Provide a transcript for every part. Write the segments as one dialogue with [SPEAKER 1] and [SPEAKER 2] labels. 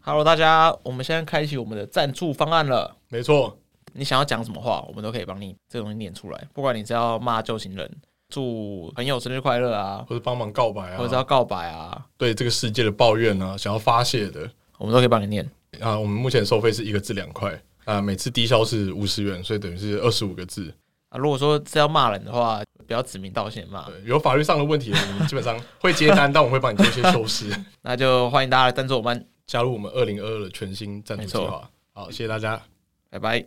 [SPEAKER 1] Hello，大家，我们现在开启我们的赞助方案了。
[SPEAKER 2] 没错，
[SPEAKER 1] 你想要讲什么话，我们都可以帮你这个东西念出来。不管你是要骂旧情人、祝朋友生日快乐啊，
[SPEAKER 2] 或者帮忙告白啊，
[SPEAKER 1] 或者是要告白啊，
[SPEAKER 2] 对这个世界的抱怨啊，想要发泄的
[SPEAKER 1] 我们都可以帮你念。
[SPEAKER 2] 啊，我们目前收费是一个字两块啊，每次低消是五十元，所以等于是二十五个字。
[SPEAKER 1] 啊，如果说是要骂人的话，不要指名道姓骂。
[SPEAKER 2] 对，有法律上的问题，我们基本上会接单，但我们会帮你做一些 修饰。
[SPEAKER 1] 那就欢迎大家来赞助我们，
[SPEAKER 2] 加入我们二零二二的全新赞助计
[SPEAKER 1] 没
[SPEAKER 2] 划
[SPEAKER 1] 错。
[SPEAKER 2] 好，谢谢大家。
[SPEAKER 1] 拜拜。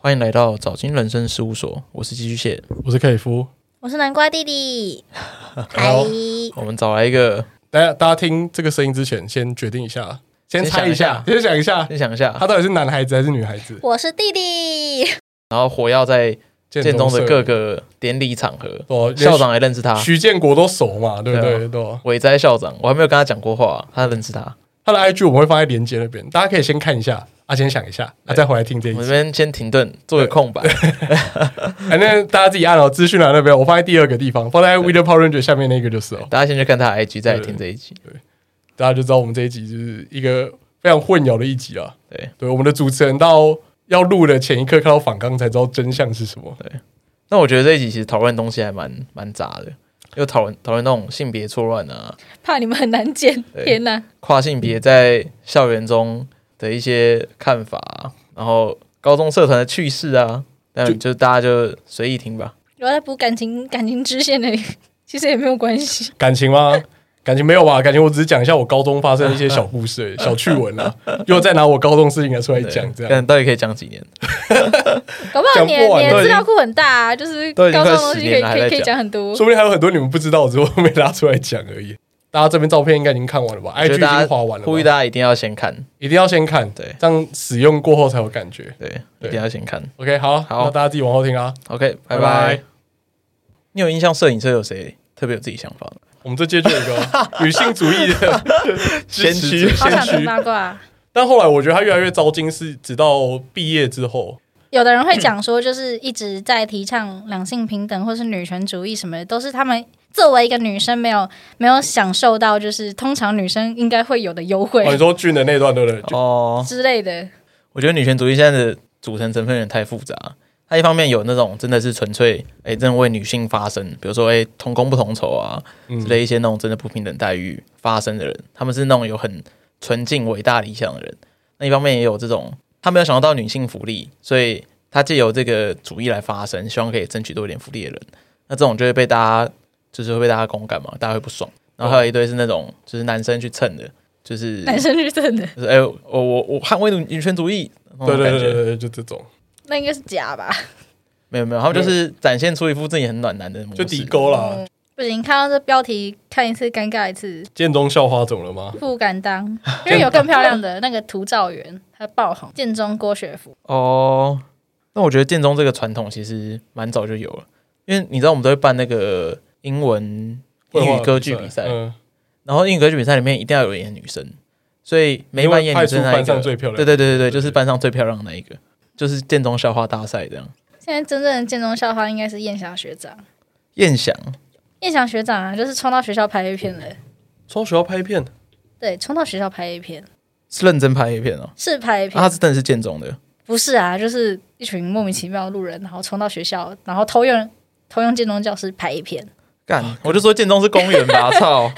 [SPEAKER 1] 欢迎来到早金人生事务所，我是寄居蟹。
[SPEAKER 2] 我是凯夫。
[SPEAKER 3] 我是南瓜 弟弟，嗨
[SPEAKER 2] 好，
[SPEAKER 1] 我们找来一个，
[SPEAKER 2] 大家大家听这个声音之前，先决定一下，先猜一下，先想一下，
[SPEAKER 1] 先想一下，
[SPEAKER 2] 他到底是男孩子还是女孩子？
[SPEAKER 3] 我是弟弟，
[SPEAKER 1] 然后火药在建中
[SPEAKER 2] 社
[SPEAKER 1] 的各个典礼场合，
[SPEAKER 2] 哦，连
[SPEAKER 1] 校长也认识他，
[SPEAKER 2] 徐建国都熟嘛，对不
[SPEAKER 1] 对啊
[SPEAKER 2] 对？对吧
[SPEAKER 1] 伟哉校长，我还没有跟他讲过话，他认识他。
[SPEAKER 2] 他的 IG 我们会放在连接那边，大家可以先看一下，啊，先想一下，啊，再回来听这一
[SPEAKER 1] 我这
[SPEAKER 2] 集。
[SPEAKER 1] 边先停顿，做个空白。
[SPEAKER 2] 反正大家自己按哦，资讯栏那边我放在第二个地方，放在 Video Power Ranger 下面那个就是哦，
[SPEAKER 1] 大家先去看他的 IG，再来听这一集。
[SPEAKER 2] 大家就知道我们这一集就是一个非常混淆的一集啊。
[SPEAKER 1] 对，
[SPEAKER 2] 对，我们的主持人到要录的前一刻看到反刚才知道真相是什么。
[SPEAKER 1] 那我觉得这一集其实讨论的东西还蛮蛮杂的，又讨论讨论那种性别错乱啊，
[SPEAKER 3] 怕你们很难剪。
[SPEAKER 1] 对
[SPEAKER 3] 天哪，
[SPEAKER 1] 跨性别在校园中的一些看法啊、然后高中社团的趣事啊，但
[SPEAKER 2] 就
[SPEAKER 1] 就大家就随意听吧。
[SPEAKER 3] 我在补感情感情支线的， 其实也没有关 系。
[SPEAKER 2] 感情吗？感情没有吧？感情我只是讲一下我高中发生的一些小故事而 已、小趣闻啊，又再拿我高中事情来出来讲，这样
[SPEAKER 1] 但到底可以讲几年？
[SPEAKER 3] 搞不好你的
[SPEAKER 2] 讲不完都已
[SPEAKER 3] 你的
[SPEAKER 2] 经
[SPEAKER 3] 资料库很大、啊，就是
[SPEAKER 1] 都已经
[SPEAKER 3] 高中的
[SPEAKER 1] 快
[SPEAKER 3] 东
[SPEAKER 1] 十
[SPEAKER 3] 西可
[SPEAKER 1] 年了
[SPEAKER 3] 以可
[SPEAKER 1] 还
[SPEAKER 3] 以
[SPEAKER 1] 在
[SPEAKER 3] 可以
[SPEAKER 1] 讲
[SPEAKER 3] 讲很多。
[SPEAKER 2] 说不定还有很多你们不知道，只是我没拿出来讲而已。大家这边照片应该已经看完了吧
[SPEAKER 1] 我
[SPEAKER 2] ？IG
[SPEAKER 1] 觉得
[SPEAKER 2] 已
[SPEAKER 1] 大
[SPEAKER 2] 经
[SPEAKER 1] 家
[SPEAKER 2] 划完了吧，
[SPEAKER 1] 呼吁大家一定要先看，
[SPEAKER 2] 一定要先看，
[SPEAKER 1] 对
[SPEAKER 2] 这样使用过后才有感觉。
[SPEAKER 1] 对，
[SPEAKER 2] 对
[SPEAKER 1] 一定要先看。
[SPEAKER 2] OK，好，
[SPEAKER 1] 好
[SPEAKER 2] 那大家自己往后听啊。
[SPEAKER 1] OK，拜
[SPEAKER 2] 拜
[SPEAKER 1] 拜
[SPEAKER 2] 拜。
[SPEAKER 1] 你有印象摄影社有谁特别有自己想法吗？
[SPEAKER 2] 我们这届就有一 个女性主义的支持者
[SPEAKER 3] 好
[SPEAKER 2] 先
[SPEAKER 3] 想啊当
[SPEAKER 2] 驱，
[SPEAKER 3] 八卦。
[SPEAKER 2] 但后来我觉得她越来越糟心，是直到毕业之后，
[SPEAKER 3] 有的人会讲说，就是一直在提倡两性平等或是女权主义什么的，都是他们作为一个女生没有没有享受到，就是通常女生应该会有的优惠
[SPEAKER 2] 哦，你说嗯俊的那段对不对？就
[SPEAKER 1] 哦，
[SPEAKER 3] 之类的。
[SPEAKER 1] 我觉得女权主义现在的组成成分有点太复杂。它一方面有那种真的是纯粹哎、真的为女性发声，比如说哎、同工不同酬啊
[SPEAKER 2] 嗯
[SPEAKER 1] 之类一些那种真的不平等待遇发声的人，他们是那种有很纯净伟大理想的人。那一方面也有这种他没有想到女性福利，所以他借由这个主义来发声，希望可以争取多一点福利的人，那这种就会被大家就是会被大家公干嘛，大家会不爽。然后还有一堆是那种就是男生去蹭的，就是
[SPEAKER 3] 男生是真的，
[SPEAKER 1] 就是哎、我我我捍卫女权主义，那
[SPEAKER 2] 对
[SPEAKER 1] 种
[SPEAKER 2] 对
[SPEAKER 1] 感觉
[SPEAKER 2] 对对对，对就这种，
[SPEAKER 3] 那应该是假吧？
[SPEAKER 1] 没有没有，他们就是展现出一副自己很暖男的模式，
[SPEAKER 2] 就底沟啦。
[SPEAKER 3] 嗯不行，看到这标题看一次尴尬一次，
[SPEAKER 2] 建中校花怎么了吗？
[SPEAKER 3] 不敢当， 因为有更漂亮的那个涂兆元，他爆红，建中郭学福，
[SPEAKER 1] 哦。那我觉得建中这个传统其实蛮早就有了，因为你知道我们都会办那个英文英语歌剧比赛，
[SPEAKER 2] 嗯，
[SPEAKER 1] 然后英语歌剧比赛里面一定要有演女生，所以每
[SPEAKER 2] 因
[SPEAKER 1] 晚
[SPEAKER 2] 为
[SPEAKER 1] 演
[SPEAKER 2] 派
[SPEAKER 1] 女
[SPEAKER 2] 出
[SPEAKER 1] 生那一
[SPEAKER 2] 班上
[SPEAKER 1] 个，
[SPEAKER 2] 最漂亮
[SPEAKER 1] 对对
[SPEAKER 2] 的，
[SPEAKER 1] 对对对，就是班上最漂亮的那一个，就是建中校花大赛这样。
[SPEAKER 3] 现在真正的建中校花应该是燕翔学长，
[SPEAKER 1] 燕翔
[SPEAKER 3] 燕翔学长啊，就是冲到学校拍 A 片的，
[SPEAKER 2] 从学校拍片，
[SPEAKER 3] 对，冲到学校拍 A 片
[SPEAKER 1] 是认真拍 A 片哦，
[SPEAKER 3] 是拍 A
[SPEAKER 1] 啊
[SPEAKER 3] 片，
[SPEAKER 1] 他是真的是建中的，
[SPEAKER 3] 不是啊，就是一群莫名其妙的路人，然后冲到学校，然后偷用偷用建中教师拍 A 片，
[SPEAKER 2] 啊
[SPEAKER 1] 干，我就说建中是公园 吧，操！，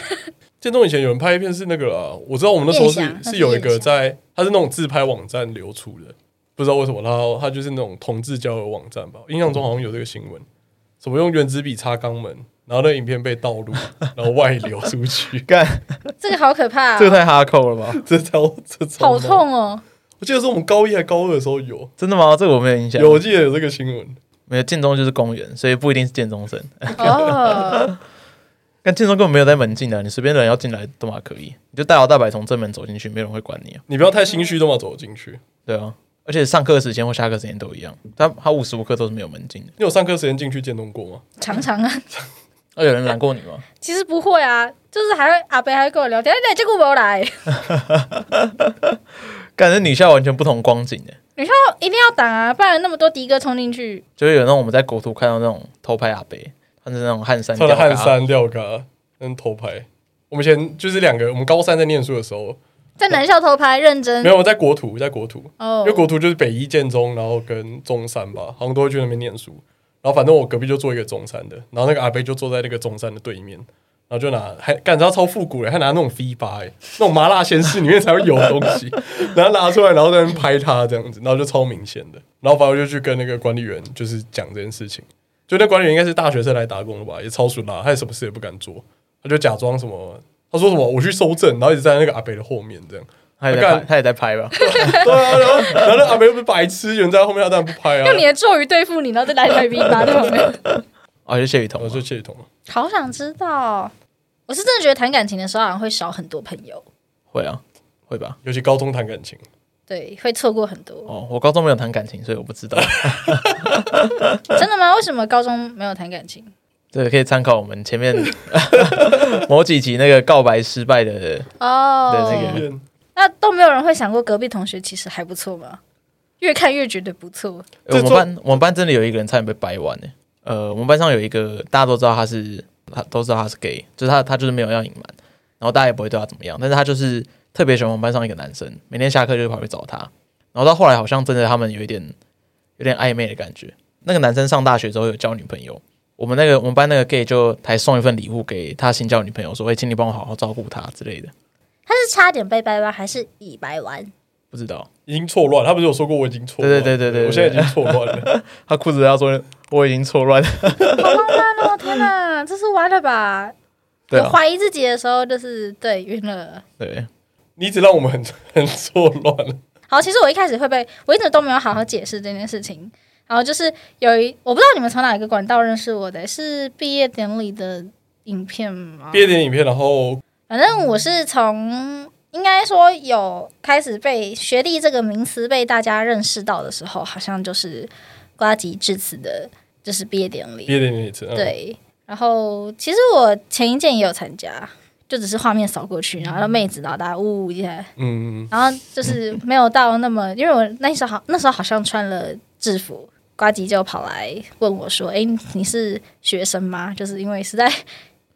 [SPEAKER 2] 建中以前有人拍片是那个啦，我知道我们那时候
[SPEAKER 3] 燕翔
[SPEAKER 2] 是
[SPEAKER 3] 他是
[SPEAKER 2] 是有一个
[SPEAKER 3] 燕翔
[SPEAKER 2] 在，他是那种自拍网站流出的，不知道为什么，然后他就是那种同志交友网站吧，印象中好像有这个新闻，什么用原子笔插肛门，然后那影片被盗录，然后外流出去
[SPEAKER 1] 干，
[SPEAKER 3] 这个好可怕、啊
[SPEAKER 1] 这，个太哈扣了吧？
[SPEAKER 2] 这超这超
[SPEAKER 3] 好！痛哦！
[SPEAKER 2] 我记得是我们高一还高二的时候有，
[SPEAKER 1] 真的吗？这个我没有印
[SPEAKER 3] 嗯
[SPEAKER 1] 象。
[SPEAKER 2] 有我记得有这个新闻，
[SPEAKER 1] 没有建中就是公园，所以不一定是建中生。
[SPEAKER 3] 哦，
[SPEAKER 1] 但建中根本没有在门禁啊的，你随便人要进来都嘛可以，你就大摇大摆从正门走进去，没有人会管你啊。
[SPEAKER 2] 你不要太心虚，都嘛走进去。
[SPEAKER 1] 对啊，而且上课时间或下课时间都一样，他他无时无刻都是没有门禁的。
[SPEAKER 2] 你有上课时间进去建中过吗？
[SPEAKER 3] 常常啊，
[SPEAKER 1] 那哦有人拦过你 吗？
[SPEAKER 3] 其实不会啊，就是还会阿北还会跟我聊天，哎，你结果没有来，
[SPEAKER 1] 感觉女校完全不同光景的，
[SPEAKER 3] 女校一定要挡啊，不然那么多的哥冲进去，
[SPEAKER 1] 就是有那种我们在国图看到那种偷拍阿北，穿着那种
[SPEAKER 3] 嗯
[SPEAKER 1] 汗衫，啊
[SPEAKER 2] 穿了汗，衫吊嘎，跟偷拍。我们以前就是两个，我们高三在念书的时候，
[SPEAKER 3] 在男校偷拍认真
[SPEAKER 2] 没有在国土，在国土，
[SPEAKER 3] 哦
[SPEAKER 2] 因为，国图就是北一建中，然后跟中山吧，好像都会去那边念书。然后反正我隔壁就坐一个中山的，然后那个阿贝就坐在那个中山的对面，然后就拿还感觉超复古欸的，还拿那种 V 八哎，那种麻辣鲜师里面才会有的东西，然后拿出来，然后在那边拍他这样子，然后就超明显的。然后反正我就去跟那个管理员就是讲这件事情，就那管理员应该是大学生来打工的吧，也超损啦，他也什么事也不敢做，他就假装什么，他说什么我去收证，然后一直在那个阿北的后面这样。
[SPEAKER 1] 他也在拍，
[SPEAKER 2] 干
[SPEAKER 1] 他也在拍 吧？
[SPEAKER 2] 对啊，然后然后那阿北又不是白痴，有人在后面，他当然不拍啊。
[SPEAKER 3] 用你的咒语对付你，然后再来一台 V 八在旁边。
[SPEAKER 1] 哦，就是谢雨桐
[SPEAKER 2] 我
[SPEAKER 1] 嘛，
[SPEAKER 2] 说谢雨桐嘛，
[SPEAKER 3] 好想知道，我是真的觉得谈感情的时候好像会少很多朋友，
[SPEAKER 1] 会啊，会吧？
[SPEAKER 2] 尤其高中谈感情，
[SPEAKER 3] 对，会错过很多。
[SPEAKER 1] 哦，我高中没有谈感情，所以我不知道。
[SPEAKER 3] 真的吗？为什么高中没有谈感情？
[SPEAKER 1] 对，可以参考我们前面某几集那个告白失败的，
[SPEAKER 3] 哦、
[SPEAKER 1] 对那个
[SPEAKER 3] 那都没有人会想过隔壁同学其实还不错吗？越看越觉得不错，
[SPEAKER 1] 我
[SPEAKER 2] 这
[SPEAKER 1] 们
[SPEAKER 2] 周
[SPEAKER 1] 班我们班真的有一个人差点被掰弯呢。呃，我们班上有一个大家都知道他是，他都知道他是 gay，就是他他就是没有要隐瞒，然后大家也不会对他怎么样，但是他就是特别喜欢我们班上一个男生，每天下课就跑去找他，然后到后来好像真的他们有一点有点暧昧的感觉。那个男生上大学之后有交女朋友，我们那个我们班那个 gay 就还送一份礼物给他新交女朋友，说：“哎、请你帮我好好照顾她之类的。
[SPEAKER 3] 他是差点被掰弯还是已掰弯？”
[SPEAKER 1] 不知道，
[SPEAKER 2] 已经错乱，他不是有说过我已经错乱了，
[SPEAKER 1] 对对对对对
[SPEAKER 2] 我现在已经错乱了，
[SPEAKER 1] 他裤子要说我已经错乱 了，
[SPEAKER 3] 好浪漫哦！天哪，这是歪了吧？
[SPEAKER 1] 对
[SPEAKER 3] 有
[SPEAKER 1] 啊，
[SPEAKER 3] 怀疑自己的时候，就是对晕了。
[SPEAKER 1] 对，
[SPEAKER 2] 你只让我们很 很错乱了。
[SPEAKER 3] 好，其实我一开始会被，我一直都没有好好解释这件事情。然后就是有一，我不知道你们从哪一个管道认识我的，是毕业典礼的影片吗
[SPEAKER 2] 毕？业典礼影片，然后
[SPEAKER 3] 反正我是从应该说有开始被“学历”这个名词被大家认识到的时候，好像就是瓜吉致辞的，就是毕业典礼。
[SPEAKER 2] 毕业典礼一次，嗯，
[SPEAKER 3] 对，然后其实我前一届也有参加，就只是画面扫过去，然后妹子，然后大家呜呜一下，
[SPEAKER 2] 嗯，嗯
[SPEAKER 3] 然后就是没有到那么，因为我那时候好那时候好像穿了制服，瓜吉就跑来问我说：“诶，你是学生吗？”就是因为实 在实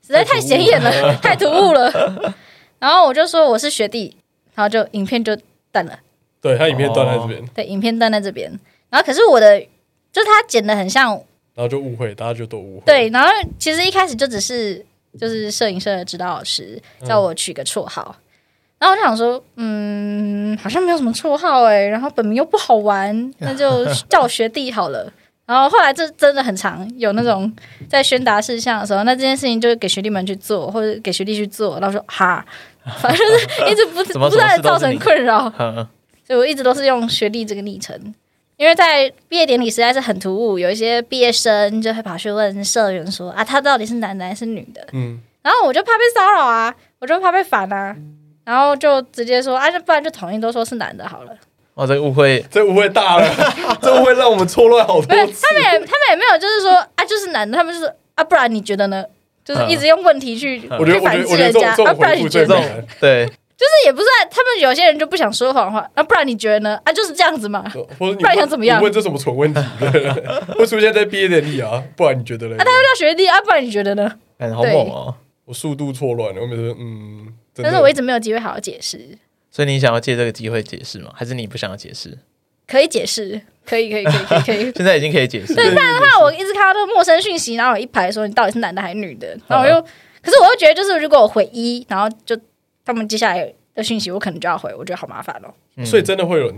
[SPEAKER 3] 在太显眼了， 太突兀了。然后我就说我是学弟，然后就影片就断了，
[SPEAKER 2] 对他影片断在这边，
[SPEAKER 3] 对，影片断在这边。然后可是我的就是他剪的很像
[SPEAKER 2] 然后就误会，大家就都误会，
[SPEAKER 3] 对，然后其实一开始就只是就是摄影社的指导老师
[SPEAKER 1] 嗯
[SPEAKER 3] 叫我取个绰号，然后我就想说，嗯，好像没有什么绰号哎、然后本名又不好玩，那就叫我学弟好了。然后后来这真的很长，有那种在宣达事项的时候，那这件事情就是给学弟们去做，或者给学弟去做，然后说哈，反正就是一直不
[SPEAKER 1] 怎么
[SPEAKER 3] 不断
[SPEAKER 1] 什么
[SPEAKER 3] 的
[SPEAKER 1] 事都
[SPEAKER 3] 造
[SPEAKER 1] 是
[SPEAKER 3] 成
[SPEAKER 1] 你
[SPEAKER 3] 困扰。
[SPEAKER 1] 嗯，
[SPEAKER 3] 所以我一直都是用学历这个昵称，因为在毕业典礼实在是很突兀，有一些毕业生就会跑去问社员说啊，他到底是男的还是女的？
[SPEAKER 2] 嗯，
[SPEAKER 3] 然后我就怕被骚扰啊，我就怕被烦啊，然后就直接说啊，那不然就统一都说是男的好了。
[SPEAKER 1] 哇，哦这个误会
[SPEAKER 2] 这误会大了， 这误会让我们错乱好
[SPEAKER 3] 没有，
[SPEAKER 2] 多次
[SPEAKER 3] 他，们也他们也没有就是说啊，就是男的，他们就是啊，不然你觉得呢？就是一直用问题去、
[SPEAKER 2] 嗯我觉得我觉
[SPEAKER 3] 去反
[SPEAKER 2] 得
[SPEAKER 3] 制
[SPEAKER 2] 我觉得
[SPEAKER 3] 人
[SPEAKER 2] 这种
[SPEAKER 3] 家
[SPEAKER 2] 这
[SPEAKER 3] 啊，
[SPEAKER 2] 种
[SPEAKER 3] 不然
[SPEAKER 2] 回
[SPEAKER 3] 你
[SPEAKER 2] 复
[SPEAKER 3] 觉
[SPEAKER 2] 最
[SPEAKER 3] 得
[SPEAKER 2] 美
[SPEAKER 3] 呢？
[SPEAKER 2] 了。
[SPEAKER 1] 对，
[SPEAKER 3] 就是也不是啊、他们有些人就不想说谎话，啊，不然你觉得呢？啊，就是这样子嘛。啊，
[SPEAKER 2] 或者你
[SPEAKER 3] 不然想怎么样
[SPEAKER 2] 你问这什么蠢问题？ 对会出现在毕业典礼啊？不然你觉得嘞？
[SPEAKER 3] 他们叫学弟啊，不然你觉得呢？
[SPEAKER 1] 感觉好猛哦。
[SPEAKER 2] 我速度错乱了，我每次嗯，真的
[SPEAKER 3] 但是我一直没有机会好好解释，
[SPEAKER 1] 所以你想要借这个机会解释吗？还是你不想要解释？
[SPEAKER 3] 可以解释，可以，可以，可以，可以，可以。
[SPEAKER 1] 现在已经可以解释
[SPEAKER 2] 对
[SPEAKER 1] 了，
[SPEAKER 2] 不然的
[SPEAKER 3] 那我一直看到那个陌生讯息，然后有一排说你到底是男的还是女的，然后我又，可是我又觉得就是如果我回一，然后就他们接下来的讯息，我可能就要回，我觉得好麻烦哦，
[SPEAKER 1] 嗯
[SPEAKER 2] 所以真的会有人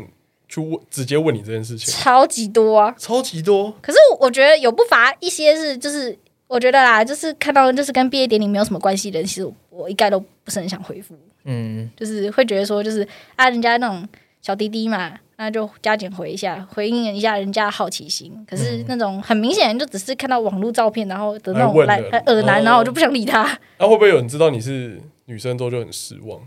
[SPEAKER 2] 去问，直接问你这件事情，
[SPEAKER 3] 超级多啊。
[SPEAKER 2] 超级多。
[SPEAKER 3] 可是我觉得有不乏一些是就是。我觉得啦，就是看到就是跟毕业典礼没有什么关系的人，其实我我一概都不是很想回复，
[SPEAKER 1] 嗯，
[SPEAKER 3] 就是会觉得说，就是啊，人家那种小滴滴嘛，那就加减回一下，回应一下人家的好奇心。可是
[SPEAKER 2] 嗯
[SPEAKER 3] 那种很明显就只是看到网络照片，然后的那
[SPEAKER 2] 来问
[SPEAKER 3] 种来呃
[SPEAKER 2] 的
[SPEAKER 3] 来耳
[SPEAKER 2] 哦
[SPEAKER 3] 男，然后我就不想理他。
[SPEAKER 2] 那、会不会有人知道你是女生之后就很失望？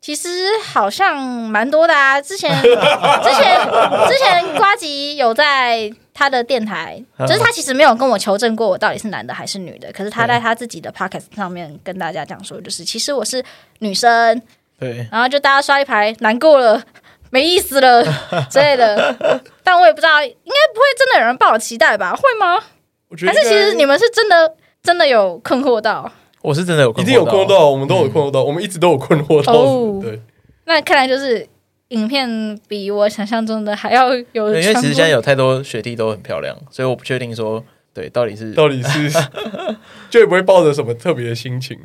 [SPEAKER 3] 其实好像蛮多的啊。之前 之前之前瓜吉有在他的电台，
[SPEAKER 2] 嗯
[SPEAKER 3] 就是他其实没有跟我求证过我到底是男的还是女的，可是他在他自己的 p o c k e t 上面跟大家讲说，就是其实我是女生，
[SPEAKER 1] 对，
[SPEAKER 3] 然后就大家刷一排，难过了。没意思了 之类的，但我也不知道，应该不会真的有人抱有期待吧？会吗？
[SPEAKER 2] 我觉得
[SPEAKER 3] 还是其实
[SPEAKER 2] 应该
[SPEAKER 3] 你们是真的真的有困惑到？
[SPEAKER 1] 我是真的有
[SPEAKER 2] 一定有困惑
[SPEAKER 1] 到，啊嗯
[SPEAKER 2] 到，我们都有困惑到，我们一直都有困惑
[SPEAKER 3] 哦
[SPEAKER 2] 到。对，
[SPEAKER 3] 那看来就是影片比我想象中的还要有
[SPEAKER 1] 对因为其
[SPEAKER 3] 传播
[SPEAKER 1] 实现在有太多学弟都很漂亮，所以我不确定说对到底是
[SPEAKER 2] 到底是 就也不会抱着什么特别的心情，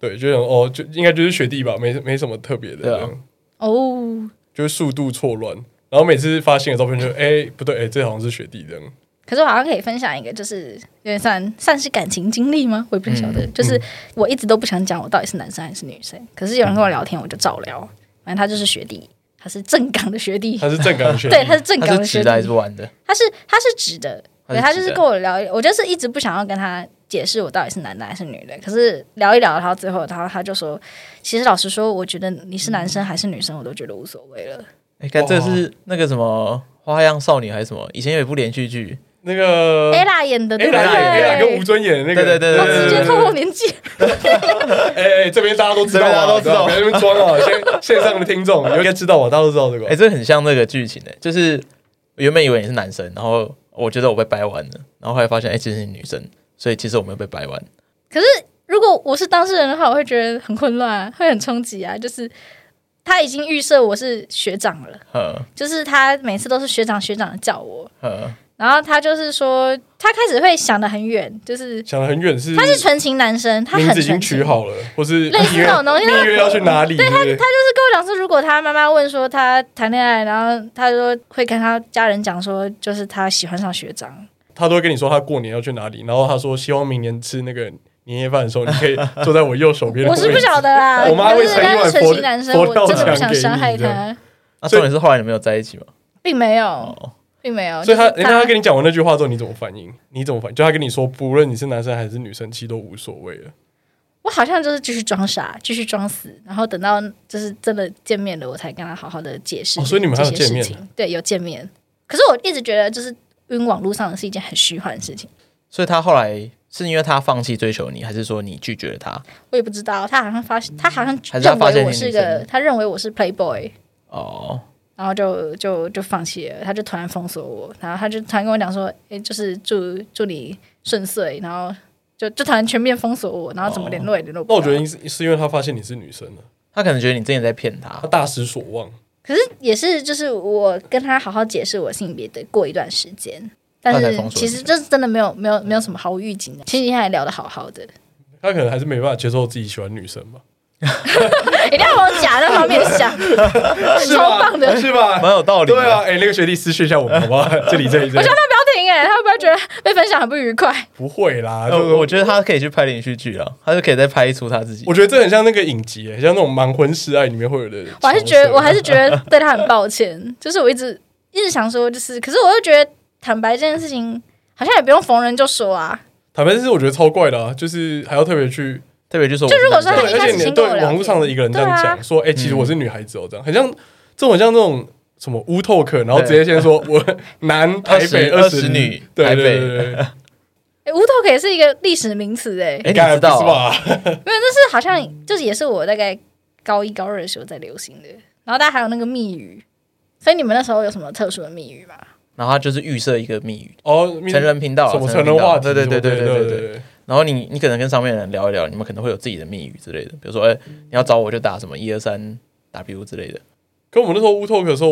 [SPEAKER 2] 对，就想哦，就应该就是学弟吧，没没什么特别的，
[SPEAKER 1] 对啊
[SPEAKER 2] 这样
[SPEAKER 3] 哦。
[SPEAKER 2] 就是速度错乱。然后每次发新的照片就，哎不对，哎这好像是学弟这样。
[SPEAKER 3] 可是我好像可以分享一个，就是有点算算是感情经历吗？我也不晓得。
[SPEAKER 1] 嗯
[SPEAKER 3] 就是我一直都不想讲我到底是男生还是女生，可是有人跟我聊天，我就照聊。反正他就是学弟，他是正港的学弟，
[SPEAKER 2] 他是正感学弟，
[SPEAKER 3] 对，他是正港
[SPEAKER 1] 他
[SPEAKER 3] 的
[SPEAKER 1] 是
[SPEAKER 3] 学
[SPEAKER 1] 直
[SPEAKER 3] 弟
[SPEAKER 1] 的，还是弯的？
[SPEAKER 3] 他是他是直的，对，他就是
[SPEAKER 1] 直的
[SPEAKER 3] 跟我聊，我就是一直不想要跟他解释我到底是男的还是女的。可是聊一聊，然后最后，然后他就说，其实老实说，我觉得你是男生还是女生，我都觉得无所谓了。
[SPEAKER 1] 哎，看这是那个什么花样少女还是什么？以前有一部连续剧，
[SPEAKER 2] 那个
[SPEAKER 3] ella 演的，对
[SPEAKER 2] A
[SPEAKER 3] 不对
[SPEAKER 2] 啦演 A 啦跟吴尊演的那个，
[SPEAKER 1] 对对对
[SPEAKER 3] 他
[SPEAKER 1] 对
[SPEAKER 3] 直接透露年纪，
[SPEAKER 2] 哎哎，这边大家都知道啊，
[SPEAKER 1] 这边大家都知道
[SPEAKER 2] 不要在那边装啊！线线上的听 众你应该知道啊，大家都知道这个
[SPEAKER 1] 哎，。这很像那个剧情的，就是原本以为你是男生，然后我觉得我被掰弯了，然后后来发现哎，其实是女生，所以其实我没有被掰弯。
[SPEAKER 3] 可是如果我是当事人的话，我会觉得很混乱啊，会很冲击啊。就是他已经预设我是学长了，
[SPEAKER 1] 嗯
[SPEAKER 3] 就是他每次都是学长学长的叫我，
[SPEAKER 1] 嗯，
[SPEAKER 3] 然后他就是说，他开始会想得很远，就是
[SPEAKER 2] 想的很远是，
[SPEAKER 3] 他是纯情男生，他很
[SPEAKER 2] 名字
[SPEAKER 3] 纯
[SPEAKER 2] 已经
[SPEAKER 3] 情。
[SPEAKER 2] 取好了，或是
[SPEAKER 3] 类似
[SPEAKER 2] 蜜月
[SPEAKER 3] 那种东西
[SPEAKER 2] 蜜月要去哪里？对他他
[SPEAKER 3] 就是跟我讲说，如果他妈妈问说他谈恋爱，然后他说会跟他家人讲说，就是他喜欢上学长。
[SPEAKER 2] 他都会跟你说他过年要去哪里，然后他说希望明年吃那个年夜饭的时候，你可以坐在我右手边的
[SPEAKER 3] 我
[SPEAKER 2] 位置。
[SPEAKER 3] 是不晓得啦，
[SPEAKER 2] 我妈
[SPEAKER 3] 可
[SPEAKER 2] 会
[SPEAKER 3] 是
[SPEAKER 2] 盛一
[SPEAKER 3] 人
[SPEAKER 2] 碗
[SPEAKER 3] 家是纯
[SPEAKER 2] 佛
[SPEAKER 3] 情男生，
[SPEAKER 2] 佛
[SPEAKER 3] 我
[SPEAKER 2] 跳
[SPEAKER 3] 真的
[SPEAKER 2] 墙
[SPEAKER 3] 不想
[SPEAKER 2] 给你
[SPEAKER 3] 伤害
[SPEAKER 2] 这样
[SPEAKER 3] 他，
[SPEAKER 1] 那
[SPEAKER 2] 所
[SPEAKER 1] 重
[SPEAKER 2] 以
[SPEAKER 1] 点是后来你们有在一起吗？
[SPEAKER 3] 并没有，
[SPEAKER 1] 哦，
[SPEAKER 3] 并没有。
[SPEAKER 2] 所以他，
[SPEAKER 3] 就是
[SPEAKER 2] 人家跟你讲完那句话之后，你怎么反应？你怎么反应？就他跟你说，不论你是男生还是女生，其实都无所谓了。
[SPEAKER 3] 我好像就是继续装傻，继续装死，然后等到就是真的见面了，我才跟他好好的解释、
[SPEAKER 2] 哦所以你们还有
[SPEAKER 3] 这些事
[SPEAKER 2] 见面
[SPEAKER 3] 情，对，有见面。可是我一直觉得，就是晕网络上的是一件很虚幻的事情。
[SPEAKER 1] 所以他后来是因为他放弃追求你，还是说你拒绝了他？
[SPEAKER 3] 我也不知道，他好像发，他好像
[SPEAKER 1] 嗯还是他
[SPEAKER 3] 认
[SPEAKER 1] 发现
[SPEAKER 3] 为我
[SPEAKER 1] 你
[SPEAKER 3] 是
[SPEAKER 1] 女
[SPEAKER 3] 个，
[SPEAKER 1] 生
[SPEAKER 3] 他认为我是 playboy，
[SPEAKER 1] 哦，
[SPEAKER 3] 然后就就就放弃了，他就突然封锁我，然后他就突然跟我讲说，诶，就是祝祝你顺遂，然后就就突然全面封锁我，然后怎么联络也联络不
[SPEAKER 2] 那
[SPEAKER 3] 到。
[SPEAKER 2] 我觉得是是因为他发现你是女生了，
[SPEAKER 1] 他可能觉得你之前在骗他
[SPEAKER 2] 他，大失所望。
[SPEAKER 3] 可是也是就是我跟他好好解释我性别的过一段时间，但
[SPEAKER 1] 他才
[SPEAKER 3] 是
[SPEAKER 1] 封锁
[SPEAKER 3] 其
[SPEAKER 1] 你
[SPEAKER 3] 实这是真的没有没有没有什么毫无预警的，前几天还聊得好好的，
[SPEAKER 2] 他可能还是没办法接受自己喜欢女生吧？
[SPEAKER 3] 一定要往假的方面想，超棒的。
[SPEAKER 2] 是吧？
[SPEAKER 1] 蛮有道理的。
[SPEAKER 2] 对啊，哎、那个学弟私讯一下我们好不好？这里这里这里，
[SPEAKER 3] 不要停哎、他会不会觉得被分享很不愉快？
[SPEAKER 2] 不会啦，
[SPEAKER 1] 呃，
[SPEAKER 2] 这
[SPEAKER 1] 我
[SPEAKER 2] 个
[SPEAKER 1] 我觉得他可以去拍连续剧了，他就可以再拍出他自己
[SPEAKER 2] 我。觉得这很像那个影集，很像那种盲婚试爱里面会有的。
[SPEAKER 3] 我还是觉得，我还是觉得对他很抱歉。就是我一直一直想说，就是，可是我又觉得坦白这件事情好像也不用逢人就说啊。
[SPEAKER 2] 坦白是我觉得超怪的、啊，就是还要特别去
[SPEAKER 1] 特别就是我
[SPEAKER 3] 就如果
[SPEAKER 1] 是男
[SPEAKER 3] 说
[SPEAKER 1] 生
[SPEAKER 2] 对，而
[SPEAKER 3] 他一开
[SPEAKER 2] 且
[SPEAKER 3] 始
[SPEAKER 2] 你
[SPEAKER 3] 先
[SPEAKER 2] 对
[SPEAKER 3] 跟我聊
[SPEAKER 2] 网络上的一个人这样
[SPEAKER 3] 天
[SPEAKER 2] 讲、说，哎、其实我是女孩子哦，这样很像这种很像那种什么乌透客，然后
[SPEAKER 1] 对
[SPEAKER 2] 直接先说我男台北
[SPEAKER 1] 20
[SPEAKER 2] 十
[SPEAKER 1] 女
[SPEAKER 2] 对
[SPEAKER 1] 台
[SPEAKER 2] 对
[SPEAKER 1] 北
[SPEAKER 2] 对对对，
[SPEAKER 3] 诶无头可也是一个历史名词哎、
[SPEAKER 1] 哎，
[SPEAKER 2] 干
[SPEAKER 1] 你知道
[SPEAKER 2] 不是
[SPEAKER 1] 哦
[SPEAKER 2] 吧？
[SPEAKER 3] 没有，这是好像就是也是我大概高一高二的时候在流行的。然后大家还有那个密语，所以你们那时候有什么特殊的密语吗？
[SPEAKER 1] 然后他就是预设一个密语，
[SPEAKER 2] 哦，
[SPEAKER 1] 成人频道啊，
[SPEAKER 2] 什么
[SPEAKER 1] 成
[SPEAKER 2] 成人
[SPEAKER 1] 频道
[SPEAKER 2] 话题
[SPEAKER 1] 对
[SPEAKER 2] 什
[SPEAKER 1] 对
[SPEAKER 2] 么之类
[SPEAKER 1] 对
[SPEAKER 2] 的，
[SPEAKER 1] 对对对对。
[SPEAKER 2] 对。
[SPEAKER 1] 然后你你可能跟上面的人聊一聊，你们可能会有自己的密语之类的，比如说，哎，你要找我就打什么一二三 W 之类的。
[SPEAKER 2] 可我们那时候乌 talk 的时候，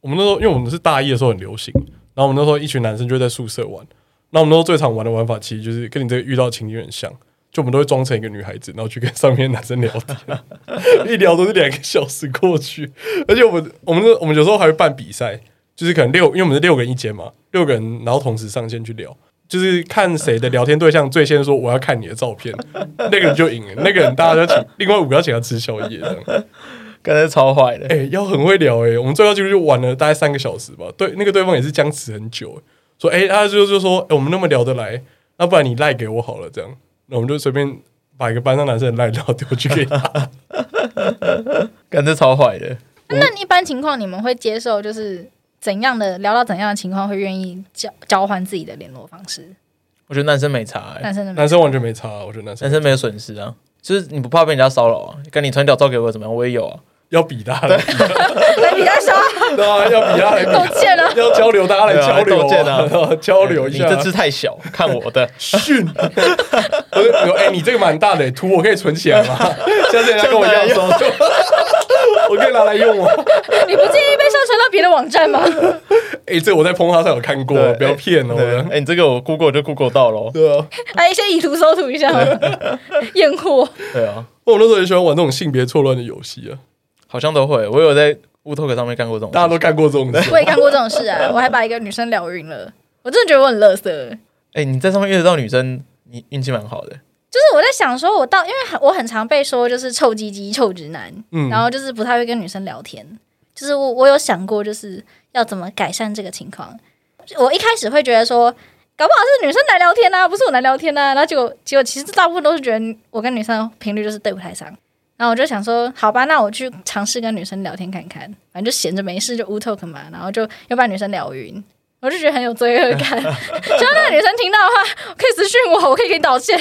[SPEAKER 2] 我们那时候因为我们是大一的时候很流行，然后我们那时候一群男生就会在宿舍玩。那我们那时候最常玩的玩法，其实就是跟你这个遇到情景很像，就我们都会装成一个女孩子，然后去跟上面的男生聊天， 一聊都是两个小时过去。而且我们我们那我们有时候还会办比赛，就是可能六，因为我们是六个人一间嘛，六个人然后同时上线去聊。就是看谁的聊天对象最先说我要看你的照片，那个人就赢了。那个人大家就请，另外五个要请他吃宵夜这样。
[SPEAKER 1] 刚才超坏的，
[SPEAKER 2] 哎、要很会聊哎、我们最高纪录就玩了大概三个小时吧。对，那个对方也是僵持很久、欸，说哎哎、欸他就就说、欸我们那么聊得来，那不然你赖给我好了，这样，那我们就随便把一个班上男生的赖 料丢去给他。
[SPEAKER 1] 感觉超坏的。
[SPEAKER 3] 那一般情况你们会接受就是怎样的聊到怎样的情况会愿意交交换自己的联络方式？
[SPEAKER 1] 我觉得男生没差、欸，
[SPEAKER 3] 男生的没
[SPEAKER 2] 男生完全没差，啊我觉得男生
[SPEAKER 1] 男生没有损失啊，就是你不怕被人家骚扰啊？跟你传屌照给我怎么样？我也有啊，
[SPEAKER 2] 要比他的，
[SPEAKER 3] 来比较少，
[SPEAKER 2] 对啊，要比他来比，
[SPEAKER 3] 抱歉了。
[SPEAKER 2] 要交流，大家来
[SPEAKER 1] 对啊
[SPEAKER 2] 交流
[SPEAKER 1] 斗剑啊
[SPEAKER 2] 啊，交流一下。。
[SPEAKER 1] 你这只太小，看我的
[SPEAKER 2] 训，我就说哎，你这个蛮大的，图我可以存起来吗？ 下次人家跟我要收，我可以拿来用哦。
[SPEAKER 3] 你不介意被上传到别的网站吗？
[SPEAKER 2] 哎，这我在碰他上有看过，
[SPEAKER 1] 对
[SPEAKER 2] 不要骗哦。
[SPEAKER 1] 对， 哎、你这个我 Google 就 Google 到咯。
[SPEAKER 2] 对啊，
[SPEAKER 3] 哎，先以图搜图一下好了， 验货。
[SPEAKER 1] 对啊，
[SPEAKER 2] 哦我那时候很喜欢玩这种性别错乱的游戏啊，
[SPEAKER 1] 好像都会。我有在 w t o k 上面干过这种事，
[SPEAKER 2] 大家都干过这种事。
[SPEAKER 3] 我也干过这种事啊，我还把一个女生聊晕了。我真的觉得我很乐色，就
[SPEAKER 1] 哎、你在上面遇得到女生，你运气蛮好的。
[SPEAKER 3] 是我在想说，我到因为我很常被说就是臭鸡鸡、臭直男，
[SPEAKER 2] 嗯
[SPEAKER 3] 然后就是不太会跟女生聊天。就是我我有想过，就是要怎么改善这个情况。我一开始会觉得说，搞不好是女生来聊天啊，不是我来聊天啊。然后结果结果其实大部分都是觉得我跟女生的频率就是对不太上。然后我就想说，好吧，那我去尝试跟女生聊天看看，反正就闲着没事就无 talk 嘛，然后就又把女生聊晕。我就觉得很有罪恶感，只要那个女生听到的话，可以私讯我，我可以给你道歉，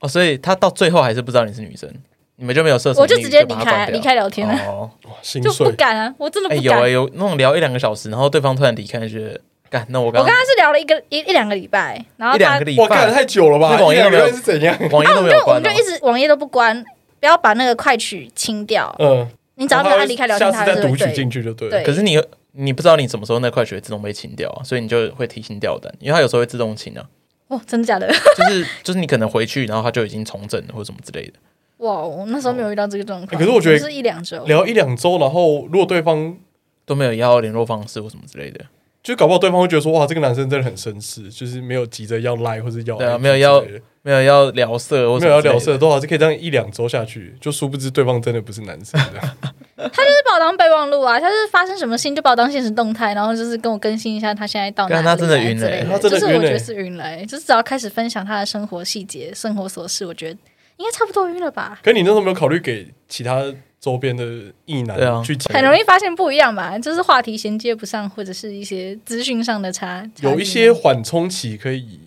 [SPEAKER 1] 哦，所以他到最后还是不知道你是女生，你们就没有设什么
[SPEAKER 3] 我
[SPEAKER 1] 秘
[SPEAKER 3] 就
[SPEAKER 1] 密，
[SPEAKER 3] 直接离
[SPEAKER 1] 把他
[SPEAKER 3] 开
[SPEAKER 1] 关掉
[SPEAKER 3] 离开聊天了，
[SPEAKER 1] 哦，
[SPEAKER 2] 哇心
[SPEAKER 3] 就不
[SPEAKER 2] 碎，
[SPEAKER 3] 敢啊，我真的
[SPEAKER 1] 哎、
[SPEAKER 3] 不
[SPEAKER 1] 有
[SPEAKER 3] 敢
[SPEAKER 1] 哎、。有那种聊一两个小时，然后对方突然离开，就觉得干，那我刚
[SPEAKER 3] 我跟他是聊了一个一一两个礼拜，然后
[SPEAKER 1] 啊一
[SPEAKER 3] 他
[SPEAKER 1] 两个礼
[SPEAKER 2] 哇，干得
[SPEAKER 1] 拜，
[SPEAKER 2] 太久了吧？
[SPEAKER 1] 那网页
[SPEAKER 2] 一
[SPEAKER 1] 都
[SPEAKER 2] 两个
[SPEAKER 1] 没有
[SPEAKER 2] 月是怎样？
[SPEAKER 1] 网页都没有
[SPEAKER 3] 啊我
[SPEAKER 1] 关、哦
[SPEAKER 3] 们就一直网页都不关，不要把那个快取清掉。
[SPEAKER 2] 嗯，
[SPEAKER 3] 你只要让
[SPEAKER 2] 会
[SPEAKER 3] 他离开聊天，
[SPEAKER 2] 下
[SPEAKER 3] 他
[SPEAKER 2] 次
[SPEAKER 3] 就
[SPEAKER 2] 再读
[SPEAKER 3] 会
[SPEAKER 2] 取
[SPEAKER 3] 对。
[SPEAKER 2] 进去就对了。
[SPEAKER 3] 对
[SPEAKER 1] 可是你你不知道你什么时候那块血自动被清掉啊，所以你就会提心吊胆，因为它有时候会自动清 啊，
[SPEAKER 3] 哦，真的假的？
[SPEAKER 1] 就是就是你可能回去，然后它就已经重整了或什么之类的。
[SPEAKER 3] 哇，我那时候没有遇到这个状况。
[SPEAKER 2] 可是我觉得
[SPEAKER 3] 是一两周，
[SPEAKER 2] 聊一两周，然后如果对方
[SPEAKER 1] 都没有要联络方式或什么之类的，
[SPEAKER 2] 就搞不好对方会觉得说，哇，这个男生真的很绅士，就是没有急着要赖或是要
[SPEAKER 1] 对啊
[SPEAKER 2] IG
[SPEAKER 1] 没有要
[SPEAKER 2] 之类的
[SPEAKER 1] 没有要聊色或
[SPEAKER 2] 没
[SPEAKER 1] 什么
[SPEAKER 2] 有要
[SPEAKER 1] 之类的
[SPEAKER 2] 聊色，都还是可以这样一两周下去，就殊不知对方真的不是男生这样
[SPEAKER 3] 就是把我当备忘录啊，他是发生什么事情就把我当现实动态，然后就是跟我更新一下他现在到哪
[SPEAKER 1] 干
[SPEAKER 3] 里
[SPEAKER 1] 他真的晕
[SPEAKER 3] 之类
[SPEAKER 1] 欸
[SPEAKER 2] 他真的
[SPEAKER 3] 就是
[SPEAKER 2] 晕
[SPEAKER 3] 我觉
[SPEAKER 2] 欸
[SPEAKER 3] 得是晕来、就是只要开始分享他的生活细节、生活琐事，我觉得应该差不多晕了吧。
[SPEAKER 2] 可你那时候有没有考虑给其他周边的异男
[SPEAKER 1] 对啊
[SPEAKER 2] 去讲？
[SPEAKER 3] 很容易发现不一样吧，就是话题衔接不上，或者是一些资讯上的差。差
[SPEAKER 2] 有一
[SPEAKER 3] 异
[SPEAKER 2] 些缓冲期可以。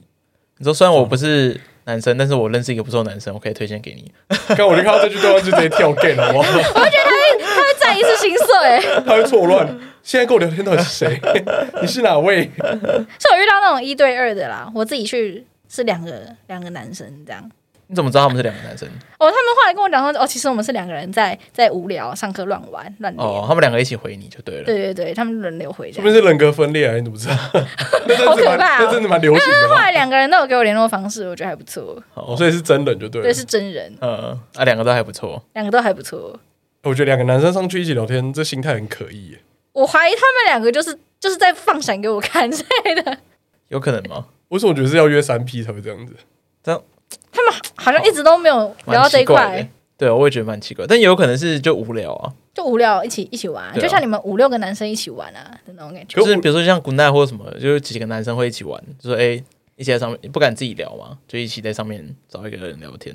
[SPEAKER 1] 你说虽然我不是男生，但是我认识一个不错的男生，我可以推荐给你。
[SPEAKER 2] 刚我就看到这句对方就直接跳 gay 了，哇，
[SPEAKER 3] 他会再一次心欸碎、
[SPEAKER 2] 他会错乱。现在跟我聊天到底是谁？ 你是哪 位？
[SPEAKER 3] 是我遇到那种一对二的啦，我自己去是两个两个男生这样。
[SPEAKER 1] 你怎么知道他们是两个男生？
[SPEAKER 3] 哦，他们后来跟我讲说，哦，其实我们是两个人在在无聊上课乱玩乱聊。
[SPEAKER 1] 哦，他们两个一起回你就对了。
[SPEAKER 3] 对对对，他们轮流回
[SPEAKER 2] 是
[SPEAKER 3] 家
[SPEAKER 2] 不。是人格分裂啊？你怎么知道？ 那真的
[SPEAKER 3] 好
[SPEAKER 2] 是
[SPEAKER 3] 可
[SPEAKER 2] 蛮，
[SPEAKER 3] 怕哦
[SPEAKER 2] 那真的蛮流行的
[SPEAKER 3] 后
[SPEAKER 2] 吧。
[SPEAKER 3] 来两个人都有给我联络方式，我觉得还不错。
[SPEAKER 2] 哦，所以是真人就对了
[SPEAKER 3] 对，。是真人，
[SPEAKER 1] 呃，啊，两个都还不错。
[SPEAKER 3] 两个都还不错。
[SPEAKER 2] 我觉得两个男生上去一起聊天，这心态很可疑耶。
[SPEAKER 3] 我怀疑他们两个就是就是在放闪给我看之类的，
[SPEAKER 1] 有可能吗？
[SPEAKER 2] 为什么我觉得是要约三 P 才会这样子？
[SPEAKER 3] 他们好
[SPEAKER 2] 哦
[SPEAKER 3] 像一直都没有聊到
[SPEAKER 1] 蛮
[SPEAKER 3] 这一
[SPEAKER 1] 奇怪
[SPEAKER 3] 块
[SPEAKER 1] 的，。对，我也觉得蛮奇怪，但也有可能是就无聊啊，
[SPEAKER 3] 就无聊一起一起玩，
[SPEAKER 1] 对啊
[SPEAKER 3] 就像你们五六个男生一起玩啊的那种感觉
[SPEAKER 2] 可。
[SPEAKER 1] 就是
[SPEAKER 2] 我
[SPEAKER 1] 比如说像 Good Night 或者什么，就是几个男生会一起玩，就说哎、一起在上面不敢自己聊嘛，就一起在上面找一个人聊天。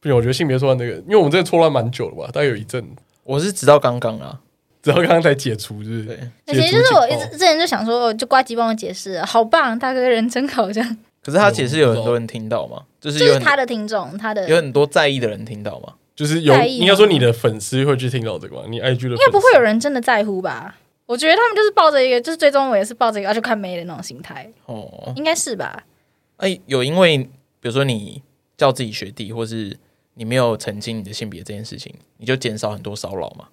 [SPEAKER 2] 不行，我觉得性别错乱这个，因为我们真的错乱蛮久了吧，大概有一阵，
[SPEAKER 1] 我是直到刚刚啊，
[SPEAKER 2] 直到刚刚才解除，是不是？
[SPEAKER 1] 对，
[SPEAKER 3] 那
[SPEAKER 2] 解
[SPEAKER 3] 其
[SPEAKER 2] 除
[SPEAKER 3] 实就是
[SPEAKER 2] 警
[SPEAKER 3] 我一
[SPEAKER 2] 报
[SPEAKER 3] 直之前就想说，哦就呱唧帮我解释，好棒，大哥人真好，这样
[SPEAKER 1] 可是他其实有很多人听到嘛，就是
[SPEAKER 3] 就
[SPEAKER 1] 有
[SPEAKER 3] 是
[SPEAKER 1] 很
[SPEAKER 3] 他的听众，他的
[SPEAKER 1] 有很多在意的人听到嘛，
[SPEAKER 2] 就是有
[SPEAKER 3] 在意吗
[SPEAKER 2] 应该说你的粉丝会去听到这个吧，你 IG 的应
[SPEAKER 3] 应该不会有人真的在乎吧？我觉得他们就是抱着一个，就是最终我也是抱着一个、啊、就看没的那种心态，
[SPEAKER 1] 哦，
[SPEAKER 3] 应该是吧？
[SPEAKER 1] 哎、有因为比如说你叫自己学弟，或是你没有澄清你的性别这件事情，你就减少很多骚扰嘛。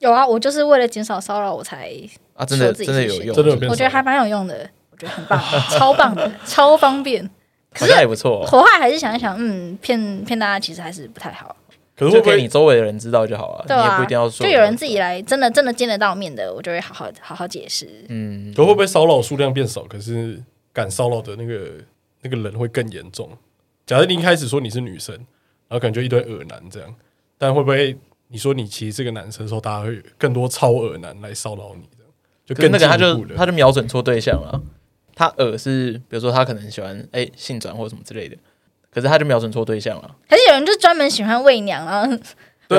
[SPEAKER 3] 有啊，我就是为了减少骚扰，我才
[SPEAKER 1] 啊，真的
[SPEAKER 3] 说自己
[SPEAKER 1] 真的
[SPEAKER 3] 是
[SPEAKER 1] 有
[SPEAKER 3] 学
[SPEAKER 1] 用，
[SPEAKER 2] 真的有变
[SPEAKER 3] 我觉得还蛮有用的，我觉得很棒， 超棒的，超方便。
[SPEAKER 1] 好像也不错、哦，
[SPEAKER 3] 火化还是想一想，嗯，骗骗大家其实还是不太好，
[SPEAKER 2] 可是会
[SPEAKER 1] 就
[SPEAKER 2] 不会
[SPEAKER 1] 给你周围的人知道就好了，
[SPEAKER 3] 对
[SPEAKER 1] 你也
[SPEAKER 3] 啊，
[SPEAKER 1] 不一定要说。
[SPEAKER 3] 就有人自己来，真的真的见得到面的，我就会好好好好解释。
[SPEAKER 1] 嗯，
[SPEAKER 2] 可会不会骚扰数量变少？可是敢骚扰的那个那个人会更严重。假设你一开始说你是女生，然后感觉一堆恶男这样，但会不会你说你其实是个男生的时候，大家会有更多超恶男来骚扰你这样就
[SPEAKER 1] 可是
[SPEAKER 2] 更
[SPEAKER 1] 那个他就
[SPEAKER 2] 进一步的
[SPEAKER 1] 他就瞄准错对象了。他耳是，比如说他可能喜欢哎、性转或什么之类的，可是他就瞄准错对象了。
[SPEAKER 3] 还是有人就专门喜欢喂娘啊，
[SPEAKER 2] 对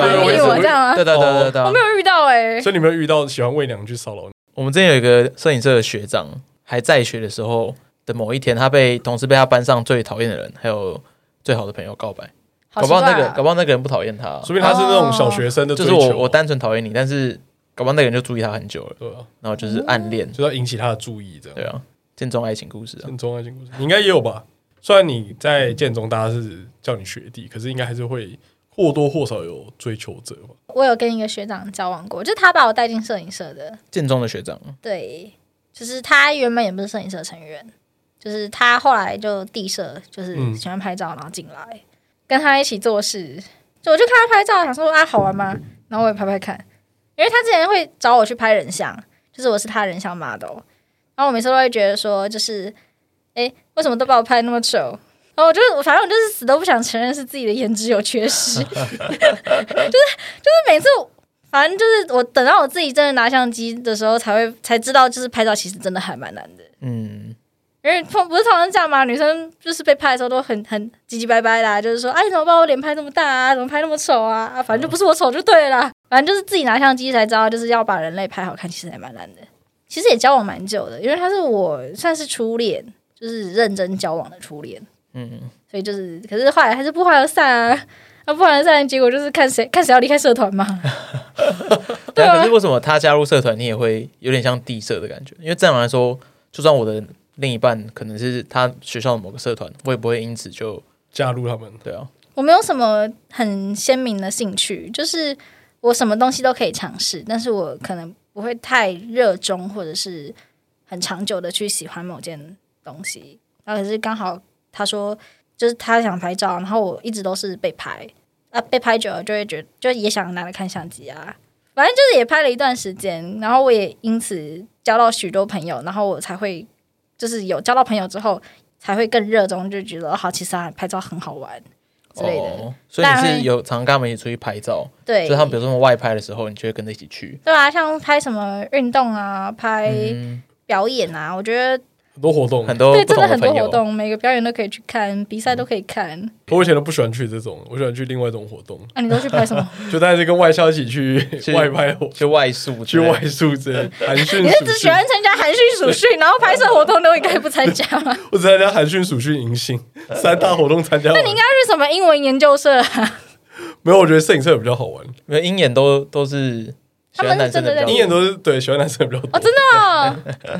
[SPEAKER 1] 对
[SPEAKER 2] 对，
[SPEAKER 1] 我也
[SPEAKER 3] 迷
[SPEAKER 1] 是
[SPEAKER 3] 我这样啊
[SPEAKER 1] 对，对对对对
[SPEAKER 3] 我
[SPEAKER 1] 对
[SPEAKER 2] 哦
[SPEAKER 3] 没，有遇到哎、
[SPEAKER 2] 所以你没有遇到喜欢喂娘去骚扰你？
[SPEAKER 1] 我们之前有一个摄影社的学长，还在学的时候的某一天，他被同时被他班上最讨厌的人，还有最好的朋友告白，
[SPEAKER 3] 好
[SPEAKER 1] 搞
[SPEAKER 3] 奇
[SPEAKER 1] 不好
[SPEAKER 3] 怪
[SPEAKER 1] 那个
[SPEAKER 3] 啊
[SPEAKER 1] 搞不好那个人不讨厌他，
[SPEAKER 2] 说明他是那种小学生的
[SPEAKER 1] 哦就
[SPEAKER 2] 追
[SPEAKER 1] 是
[SPEAKER 2] 求，啊
[SPEAKER 1] 我我单纯讨厌你，但是搞不好那个人就注意他很久了，
[SPEAKER 2] 对啊，
[SPEAKER 1] 然后就是暗恋，
[SPEAKER 2] 就是要引起他的注意，这样
[SPEAKER 1] 对。啊，见中爱情故事啊，
[SPEAKER 2] 建中爱情故事，你应该也有吧？虽然你在建中大家是叫你学弟，可是应该还是会或多或少有追求者吧？
[SPEAKER 3] 我有跟一个学长交往过，就是他把我带进摄影社的。
[SPEAKER 1] 见中的学长，
[SPEAKER 3] 对，就是他原本也不是摄影社成员，就是他后来就地社，就是
[SPEAKER 2] 嗯
[SPEAKER 3] 喜欢拍照，然后进来、跟他一起做事。就我就看他拍照，想说啊好玩吗？然后我也拍拍看，因为他之前会找我去拍人像，就是我是他人像 model，然后我每次都会觉得说，就是诶，为什么都把我拍那么丑？然后我就是，反正我就是死都不想承认是自己的颜值有缺失， 就是就是每次我反正就是我等到我自己真的拿相机的时候，才会才知道，就是拍照其实真的还蛮难的。
[SPEAKER 1] 嗯，
[SPEAKER 3] 因为通不是常常这样吗？女生就是被拍的时候都很很唧唧歪歪啦、就是说，哎、你怎么把我脸拍那么大啊？怎么拍那么丑啊？啊，反正就不是我丑就对了。反正就是自己拿相机才知道，就是要把人类拍好看，其实还蛮难的。其实也交往蛮久的，因为他是我算是初恋，就是认真交往的初恋。
[SPEAKER 1] 嗯，
[SPEAKER 3] 所以就是，可是后来还是不欢而散啊。那、不欢而散，结果就是看谁看谁要离开社团嘛。对
[SPEAKER 1] 但
[SPEAKER 3] 啊
[SPEAKER 1] 可是为什么他加入社团，你也会有点像地社的感觉？因为正常来说，就算我的另一半可能是他学校的某个社团，我也不会因此就
[SPEAKER 2] 加入他们，
[SPEAKER 1] 对啊，
[SPEAKER 3] 我没有什么很鲜明的兴趣，就是我什么东西都可以尝试，但是我可能不会太热衷或者是很长久的去喜欢某件东西。然后可是刚好他说，就是他想拍照，然后我一直都是被拍，啊，被拍久了就会觉得，就也想拿来看相机啊。反正就是也拍了一段时间，然后我也因此交到许多朋友，然后我才会就是有交到朋友之后，才会更热衷，就觉得哦好，其实啊拍照很好玩之类的。
[SPEAKER 1] 哦，所以你
[SPEAKER 3] 当然
[SPEAKER 1] 是有常跟他们一起出去拍照，
[SPEAKER 3] 对，
[SPEAKER 1] 所以他们比如说他们外拍的时候，你就会跟着一起去。
[SPEAKER 3] 对啊，像拍什么运动啊，拍
[SPEAKER 1] 嗯，
[SPEAKER 3] 表演啊，我觉得
[SPEAKER 2] 很多活动
[SPEAKER 1] 很。多
[SPEAKER 3] 对，
[SPEAKER 1] 不
[SPEAKER 3] 真
[SPEAKER 1] 同
[SPEAKER 3] 很多
[SPEAKER 1] 朋
[SPEAKER 3] 活
[SPEAKER 1] 友，
[SPEAKER 3] 动，每个表演都可以去看，比赛都可以看。啊
[SPEAKER 2] 我以前都不喜欢去这种，我喜欢去另外一种活动，
[SPEAKER 3] 那、你都去拍 什么？
[SPEAKER 2] 就大家是跟外校一起
[SPEAKER 1] 去
[SPEAKER 2] 去外拍活，
[SPEAKER 1] 去外宿之
[SPEAKER 2] 去
[SPEAKER 1] 类的，
[SPEAKER 2] 外宿之类的，寒训
[SPEAKER 3] 你是
[SPEAKER 2] 暑
[SPEAKER 3] 只喜
[SPEAKER 2] 训
[SPEAKER 3] 欢，参加韩训暑训，然后拍摄活动都应该不 参加吗？
[SPEAKER 2] 我只参加寒训暑训迎新三大活动参加完。
[SPEAKER 3] 应该是什么英文研究 社、啊？
[SPEAKER 2] 没有，我觉得摄影社比较好玩，
[SPEAKER 1] 没有鹰眼都都是喜
[SPEAKER 3] 他
[SPEAKER 1] 欢
[SPEAKER 3] 们
[SPEAKER 1] 男
[SPEAKER 3] 是
[SPEAKER 1] 生
[SPEAKER 3] 真的
[SPEAKER 1] 的比
[SPEAKER 3] 在
[SPEAKER 1] 较
[SPEAKER 2] 鹰
[SPEAKER 1] 多，
[SPEAKER 2] 眼都是对喜欢男生比较多
[SPEAKER 3] 哦，，真的哦、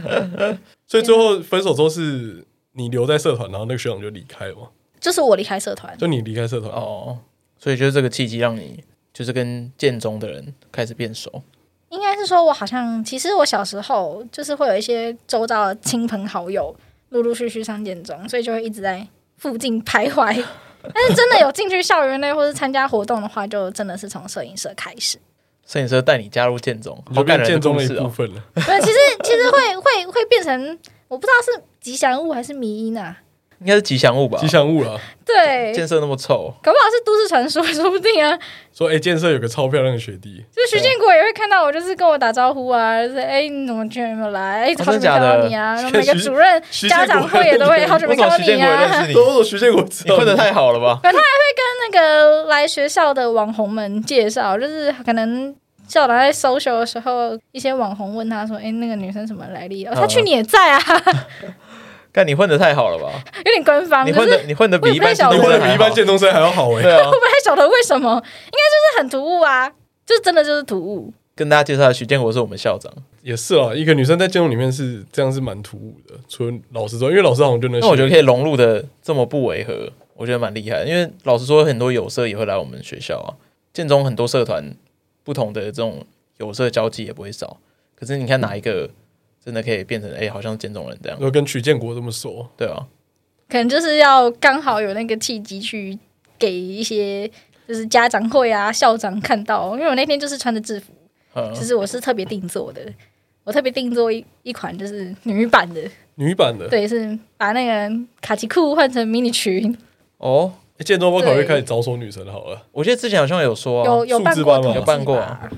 [SPEAKER 2] 所以最后分手之后是你留在社团，然后那个学长就离开了嘛，
[SPEAKER 3] 就是我离开社团，
[SPEAKER 2] 就你离开社团。
[SPEAKER 1] 哦，所以就是这个契机让你就是跟建中的人开始变熟，
[SPEAKER 3] 应该是说我好像，其实我小时候就是会有一些周遭的亲朋好友陆陆续续上建中，所以就会一直在附近徘徊。但是真的有进去校园内或是参加活动的话，就真的是从摄影社开始。
[SPEAKER 1] 摄影师带你加入建中，
[SPEAKER 2] 你
[SPEAKER 1] 好
[SPEAKER 2] 就
[SPEAKER 1] 感
[SPEAKER 2] 变
[SPEAKER 1] 人
[SPEAKER 2] 建中
[SPEAKER 1] 故
[SPEAKER 2] 的一
[SPEAKER 1] 事
[SPEAKER 2] 部
[SPEAKER 1] 哦。
[SPEAKER 2] 分了。
[SPEAKER 3] 对，其实其实会会会变成，我不知道是吉祥物还是迷因啊。
[SPEAKER 1] 应该是吉祥物吧
[SPEAKER 2] 吉？祥物啊啦，
[SPEAKER 3] 对，
[SPEAKER 1] 建设那么臭，
[SPEAKER 3] 搞不好是都市传说， 说不定啊。
[SPEAKER 2] 说哎、诶建设有个超漂亮的学弟，
[SPEAKER 3] 就是徐建国也会看到我，就是跟我打招呼啊，就是哎、你怎么居然没有来？哎、
[SPEAKER 1] 哦
[SPEAKER 3] 好久没
[SPEAKER 1] 真的假
[SPEAKER 3] 看
[SPEAKER 1] 的
[SPEAKER 3] 到你啊！然后每个
[SPEAKER 2] 徐
[SPEAKER 3] 主任
[SPEAKER 2] 徐
[SPEAKER 3] 家
[SPEAKER 2] 建
[SPEAKER 3] 长
[SPEAKER 2] 国
[SPEAKER 3] 会也都会好久
[SPEAKER 1] 我
[SPEAKER 3] 没
[SPEAKER 1] 怎
[SPEAKER 3] 看
[SPEAKER 1] 么
[SPEAKER 3] 到
[SPEAKER 1] 徐建
[SPEAKER 3] 你
[SPEAKER 1] 国也认
[SPEAKER 3] 啊
[SPEAKER 1] 识。你？
[SPEAKER 2] 都是我徐建国 知
[SPEAKER 1] 你
[SPEAKER 2] 道
[SPEAKER 1] 混
[SPEAKER 2] 的
[SPEAKER 1] 的太好了吧？
[SPEAKER 3] 那个来学校的网红们介绍，就是可能校长在搜 l 的时候，一些网红问他说：“哎、那个女生什么来历？”哦，
[SPEAKER 1] 嗯
[SPEAKER 3] 他去年也在啊，
[SPEAKER 1] 干你混的太好了吧？
[SPEAKER 3] 有点官方，
[SPEAKER 1] 你
[SPEAKER 3] 可
[SPEAKER 1] 混
[SPEAKER 3] 是
[SPEAKER 1] 的你混的比一般建
[SPEAKER 3] 我
[SPEAKER 2] 你
[SPEAKER 1] 中
[SPEAKER 3] 也
[SPEAKER 2] 混
[SPEAKER 3] 不太
[SPEAKER 1] 生
[SPEAKER 2] 的比
[SPEAKER 1] 还
[SPEAKER 2] 一
[SPEAKER 1] 好
[SPEAKER 2] 般，建中生还要好哎、
[SPEAKER 1] 对 啊。
[SPEAKER 3] 不太晓得为什么，应该就是很突兀啊，就真的就是突兀。
[SPEAKER 1] 跟大家介绍，徐建国是我们校长。
[SPEAKER 2] 也是啦，一个女生在建中里面是这样是蛮突兀的，除了老师之外，因为老师好像就那些。
[SPEAKER 1] 那我觉得可以融入的这么不违和，我觉得蛮厉害的。因为老实说，很多有社也会来我们学校啊，建中很多社团不同的这种有社交际也不会少。可是你看哪一个真的可以变成哎、好像建中人这样
[SPEAKER 2] 然？后跟曲建国这么熟，
[SPEAKER 1] 对啊，
[SPEAKER 3] 可能就是要刚好有那个契机去给一些就是家长会啊、校长看到，因为我那天就是穿着制服，
[SPEAKER 1] 嗯
[SPEAKER 3] 其，实我是特别定做的，我特别定做一一款就是女版的，
[SPEAKER 2] 女版的。
[SPEAKER 3] 对，是把那个卡其裤换成迷你裙，
[SPEAKER 1] 哦，
[SPEAKER 2] 诶哎建中我考虑
[SPEAKER 3] 对
[SPEAKER 2] 开始招收女生好了，
[SPEAKER 1] 我记得之前好像有说啊，
[SPEAKER 3] 有有办
[SPEAKER 2] 数字
[SPEAKER 3] 过
[SPEAKER 2] 班吗
[SPEAKER 3] 统计
[SPEAKER 1] 有办过啊
[SPEAKER 3] 吧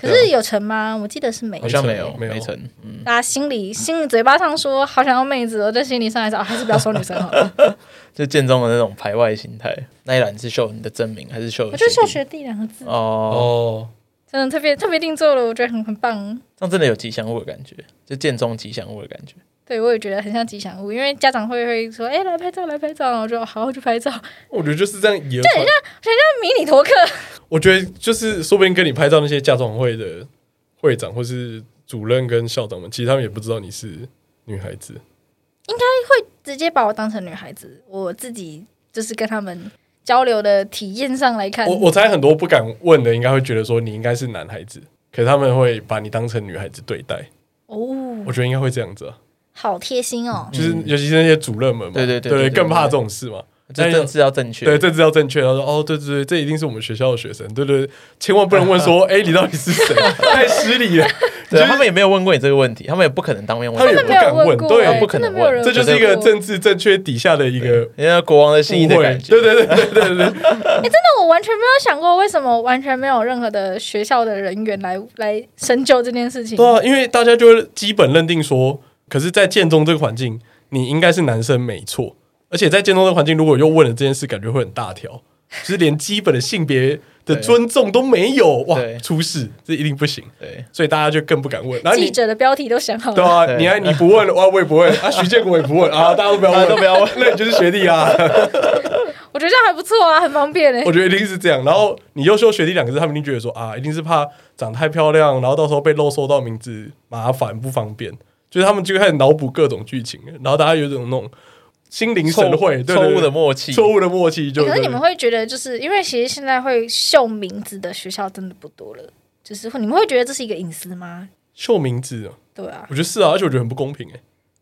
[SPEAKER 3] 可是有成吗？我记得是没
[SPEAKER 1] 好像
[SPEAKER 2] 没
[SPEAKER 1] 没
[SPEAKER 2] 成
[SPEAKER 1] 有
[SPEAKER 2] 没有
[SPEAKER 1] 没成，嗯，
[SPEAKER 3] 大家心里心里嘴巴上说好想要妹子，我在心里上还是啊，还是不要收女生 好了。
[SPEAKER 1] 就建中的那种排外心态。那一栏是秀你的真名还是秀？
[SPEAKER 3] 我就秀学弟两个字，
[SPEAKER 1] 哦，
[SPEAKER 2] 哦，
[SPEAKER 3] 真的特别特别定做了，我觉得很很棒。
[SPEAKER 1] 这样真的有吉祥物的感觉，就建中吉祥物的感觉。
[SPEAKER 3] 对，我也觉得很像吉祥物，因为家长会会说，哎、来拍照，来拍照，然后我就好，我去拍照。
[SPEAKER 2] 我觉得就是这样也很
[SPEAKER 3] 迷你托克，
[SPEAKER 2] 我觉得就是说不定跟你拍照那些家长会的会长或是主任跟校长们，其实他们也不知道你是女孩子。
[SPEAKER 3] 直接把我当成女孩子，我自己就是跟他们交流的体验上来看，
[SPEAKER 2] 我我猜很多不敢问的，应该会觉得说你应该是男孩子，可是他们会把你当成女孩子对待。
[SPEAKER 3] 哦，
[SPEAKER 2] 我觉得应该会这样子啊，
[SPEAKER 3] 好贴心哦。
[SPEAKER 2] 就是尤其是那些主任们嘛，
[SPEAKER 1] 嗯对对对
[SPEAKER 2] 对
[SPEAKER 1] 对对
[SPEAKER 2] 更怕这种事嘛。
[SPEAKER 1] 这政治要正确，
[SPEAKER 2] 对，政治要正确。然后说，哦，对对对，这一定是我们学校的学生，对对，对千万不能问 说，哎，你到底是谁？太失礼
[SPEAKER 1] 对
[SPEAKER 2] 了。
[SPEAKER 1] 啊
[SPEAKER 2] 就是
[SPEAKER 1] 他们也没有问过你这个问题，他们也不可能当面问
[SPEAKER 2] 他们
[SPEAKER 1] 你。
[SPEAKER 2] 也
[SPEAKER 3] 真的没有过，
[SPEAKER 2] 不敢问
[SPEAKER 3] 哎
[SPEAKER 1] 对不可能
[SPEAKER 3] 真的没有人
[SPEAKER 2] 这
[SPEAKER 3] 问
[SPEAKER 2] 就
[SPEAKER 3] 过
[SPEAKER 2] 是一个政治正确底下的一个
[SPEAKER 1] 人家国王的心意
[SPEAKER 2] 误
[SPEAKER 1] 的
[SPEAKER 2] 会
[SPEAKER 1] 感。觉，
[SPEAKER 2] 对对对对对对。
[SPEAKER 3] 那我完全没有想过，为什么完全没有任何的学校的人员来来深究这件事情？
[SPEAKER 2] 对啊，因为大家就会基本认定说，可是，在建中这个环境，你应该是男生没错。而且在建中这个环境，如果又问了这件事，感觉会很大条，就是连基本的性别
[SPEAKER 1] 对
[SPEAKER 2] 的尊重都没有，哇
[SPEAKER 1] 对，
[SPEAKER 2] 出事，这一定不行。
[SPEAKER 1] 对，
[SPEAKER 2] 所以大家就更不敢问。然后
[SPEAKER 3] 记
[SPEAKER 2] 你
[SPEAKER 3] 者的标题都想好
[SPEAKER 2] 对
[SPEAKER 3] 了，
[SPEAKER 2] 啊，
[SPEAKER 1] 对
[SPEAKER 2] 你还你不问，哇，我也不问啊，徐建国也不问 啊，大家都不要
[SPEAKER 1] 大家
[SPEAKER 2] 问，
[SPEAKER 1] 都不要问
[SPEAKER 2] 那你就是学弟啊。
[SPEAKER 3] 我觉得这样还不错啊，很方便嘞、
[SPEAKER 2] 我觉得一定是这样。然后你优秀学弟两个字，他们一定觉得说啊，一定是怕长太漂亮，然后到时候被漏搜到名字麻烦不方便，就是他们就开始脑补各种剧情，然后大家有一种那种心灵神会，对
[SPEAKER 1] 错误的
[SPEAKER 2] 默
[SPEAKER 1] 默契，
[SPEAKER 2] 错误的默契就，
[SPEAKER 3] 欸可是
[SPEAKER 2] 对
[SPEAKER 3] 你们会觉得，就是因为其实现在会秀名字的学校真的不多了，就是会你们会觉得这是一个隐私吗？
[SPEAKER 2] 秀名字啊，
[SPEAKER 3] 对啊，
[SPEAKER 2] 我觉得是啊，而且我觉得很不公平哎、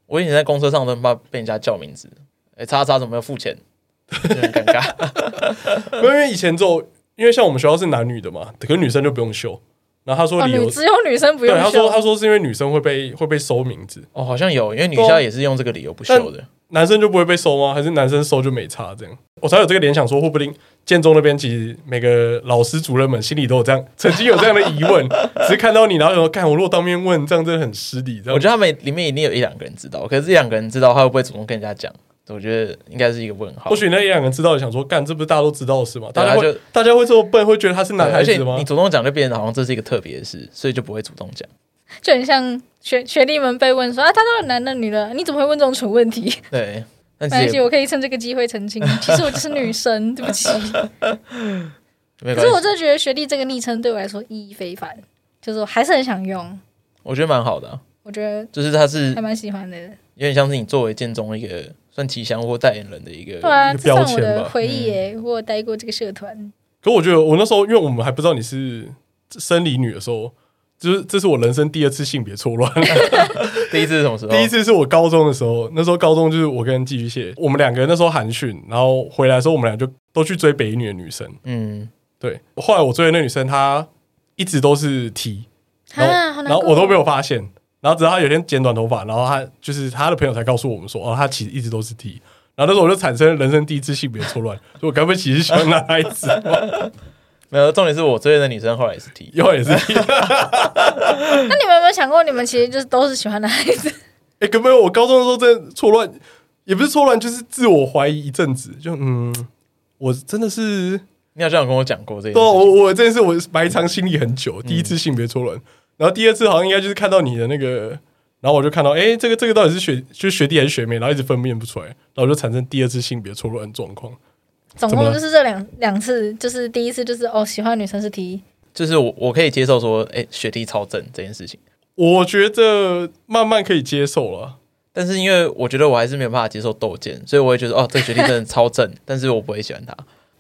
[SPEAKER 1] 我以前在公车上都很怕被人家叫名字，哎、叉叉怎么没有付 钱，就很尴尬。
[SPEAKER 2] 因为以前就因为像我们学校是男女的嘛，可是女生就不用秀。然后他说
[SPEAKER 3] 哦，
[SPEAKER 2] 理
[SPEAKER 3] 女
[SPEAKER 2] 由，
[SPEAKER 3] 只有女生不
[SPEAKER 2] 对
[SPEAKER 3] 用
[SPEAKER 2] 他说
[SPEAKER 3] 秀，
[SPEAKER 2] 他说是因为女生会被会被收名字，
[SPEAKER 1] 哦，好像有，因为女校也是用这个理由不秀的。
[SPEAKER 2] 男生就不会被收吗？还是男生收就没差这样？我才有这个联想，说会不定建中那边其实每个老师主任们心里都有这样，曾经有这样的疑问， 只是看到你，然后想说，看我如果当面问，这样真的很失礼。这
[SPEAKER 1] 我
[SPEAKER 2] 样
[SPEAKER 1] 觉得他们里面一定有一两个人知道，可是这两个人知道，他会不会主动跟人家讲？我觉得应该是一个问号
[SPEAKER 2] 或。许那一两个人知道，想说，干这不是大家都知道的事吗？
[SPEAKER 1] 对
[SPEAKER 2] 大家
[SPEAKER 1] 他
[SPEAKER 2] 会
[SPEAKER 1] 就
[SPEAKER 2] 大家会这么笨，会觉得他是
[SPEAKER 1] 对啊
[SPEAKER 2] 男孩
[SPEAKER 1] 而且
[SPEAKER 2] 子吗
[SPEAKER 1] 你？主动讲就变成好像这是一个特别的事，所以就不会主动讲。
[SPEAKER 3] 就很像学学弟们被问说啊，他到底男的女的，你怎么会问这种蠢问 题？
[SPEAKER 1] 对，但其
[SPEAKER 3] 没关
[SPEAKER 1] 实
[SPEAKER 3] 系，
[SPEAKER 1] 也
[SPEAKER 3] 我可以趁这个机会澄清，其实我就是女生，对不起。
[SPEAKER 1] 没
[SPEAKER 3] 可
[SPEAKER 1] 关
[SPEAKER 3] 是我
[SPEAKER 1] 系，
[SPEAKER 3] 真的觉得学弟这个昵称对我来说意义非凡，就是我还是很想用，
[SPEAKER 1] 我觉得蛮好的啊、
[SPEAKER 3] 我觉得
[SPEAKER 1] 就是他是
[SPEAKER 3] 还蛮喜欢的。
[SPEAKER 1] 有点像是你作为建中一个算吉祥物或代言人的一个，
[SPEAKER 3] 对啊，
[SPEAKER 2] 一个
[SPEAKER 3] 这
[SPEAKER 2] 标
[SPEAKER 3] 算我
[SPEAKER 2] 签吧嗯
[SPEAKER 3] 的回忆耶，我有待过这个社团，
[SPEAKER 2] 可我觉得我那时候，因为我们还不知道你是生理女的时候，就是这是我人生第二次性别错乱。
[SPEAKER 1] 第一次是什么时候？
[SPEAKER 2] 第一次是我高中的时候，那时候高中就是我跟寄居蟹，我们两个人那时候寒训，然后回来的时候，我们俩就都去追北一女的女生。
[SPEAKER 1] 嗯，
[SPEAKER 2] 对，后来我追的那女生，她一直都是 T，然后、
[SPEAKER 3] 啊，好难
[SPEAKER 2] 然后
[SPEAKER 3] 过
[SPEAKER 2] 我都没有发现，然后直到她有一天剪短头发，然后她就是她的朋友才告诉我们说，哦，她其实一直都是 T。然后那时候我就产生人生第一次性别错乱，所以我该不会其实喜欢男孩子啊 吧？
[SPEAKER 1] 没有。重点是我追的那女生后来也是 T，
[SPEAKER 2] 以后也是 T，
[SPEAKER 3] 那你们有没有想过，你们其实就是都是喜欢男 孩子？
[SPEAKER 2] 哎、根本我高中的时候真的错乱，也不是错乱，就是自我怀疑一阵子，就嗯，我真的是
[SPEAKER 1] 你好像有跟我讲过这嗯
[SPEAKER 2] 对啊，
[SPEAKER 1] 个。
[SPEAKER 2] 我我这件事我埋藏心里很久，第一次性别错乱，然后第二次好像应该就是看到你的那个，然后我就看到，哎、这个这个到底是学就是学弟还是学妹，然后一直分辨不出来，然后我就产生第二次性别错乱状况。
[SPEAKER 3] 总
[SPEAKER 2] 怎么
[SPEAKER 3] 共
[SPEAKER 2] 了
[SPEAKER 3] 就是这两两次，就是第一次就是哦，喜欢女生是 T，
[SPEAKER 1] 就是我我可以接受说，哎、学弟超正这件事情，
[SPEAKER 2] 我觉得慢慢可以接受了，
[SPEAKER 1] 但是因为我觉得我还是没有办法接受斗剑，所以我会觉得哦，这个学弟真的超 正，但是我不会喜欢他，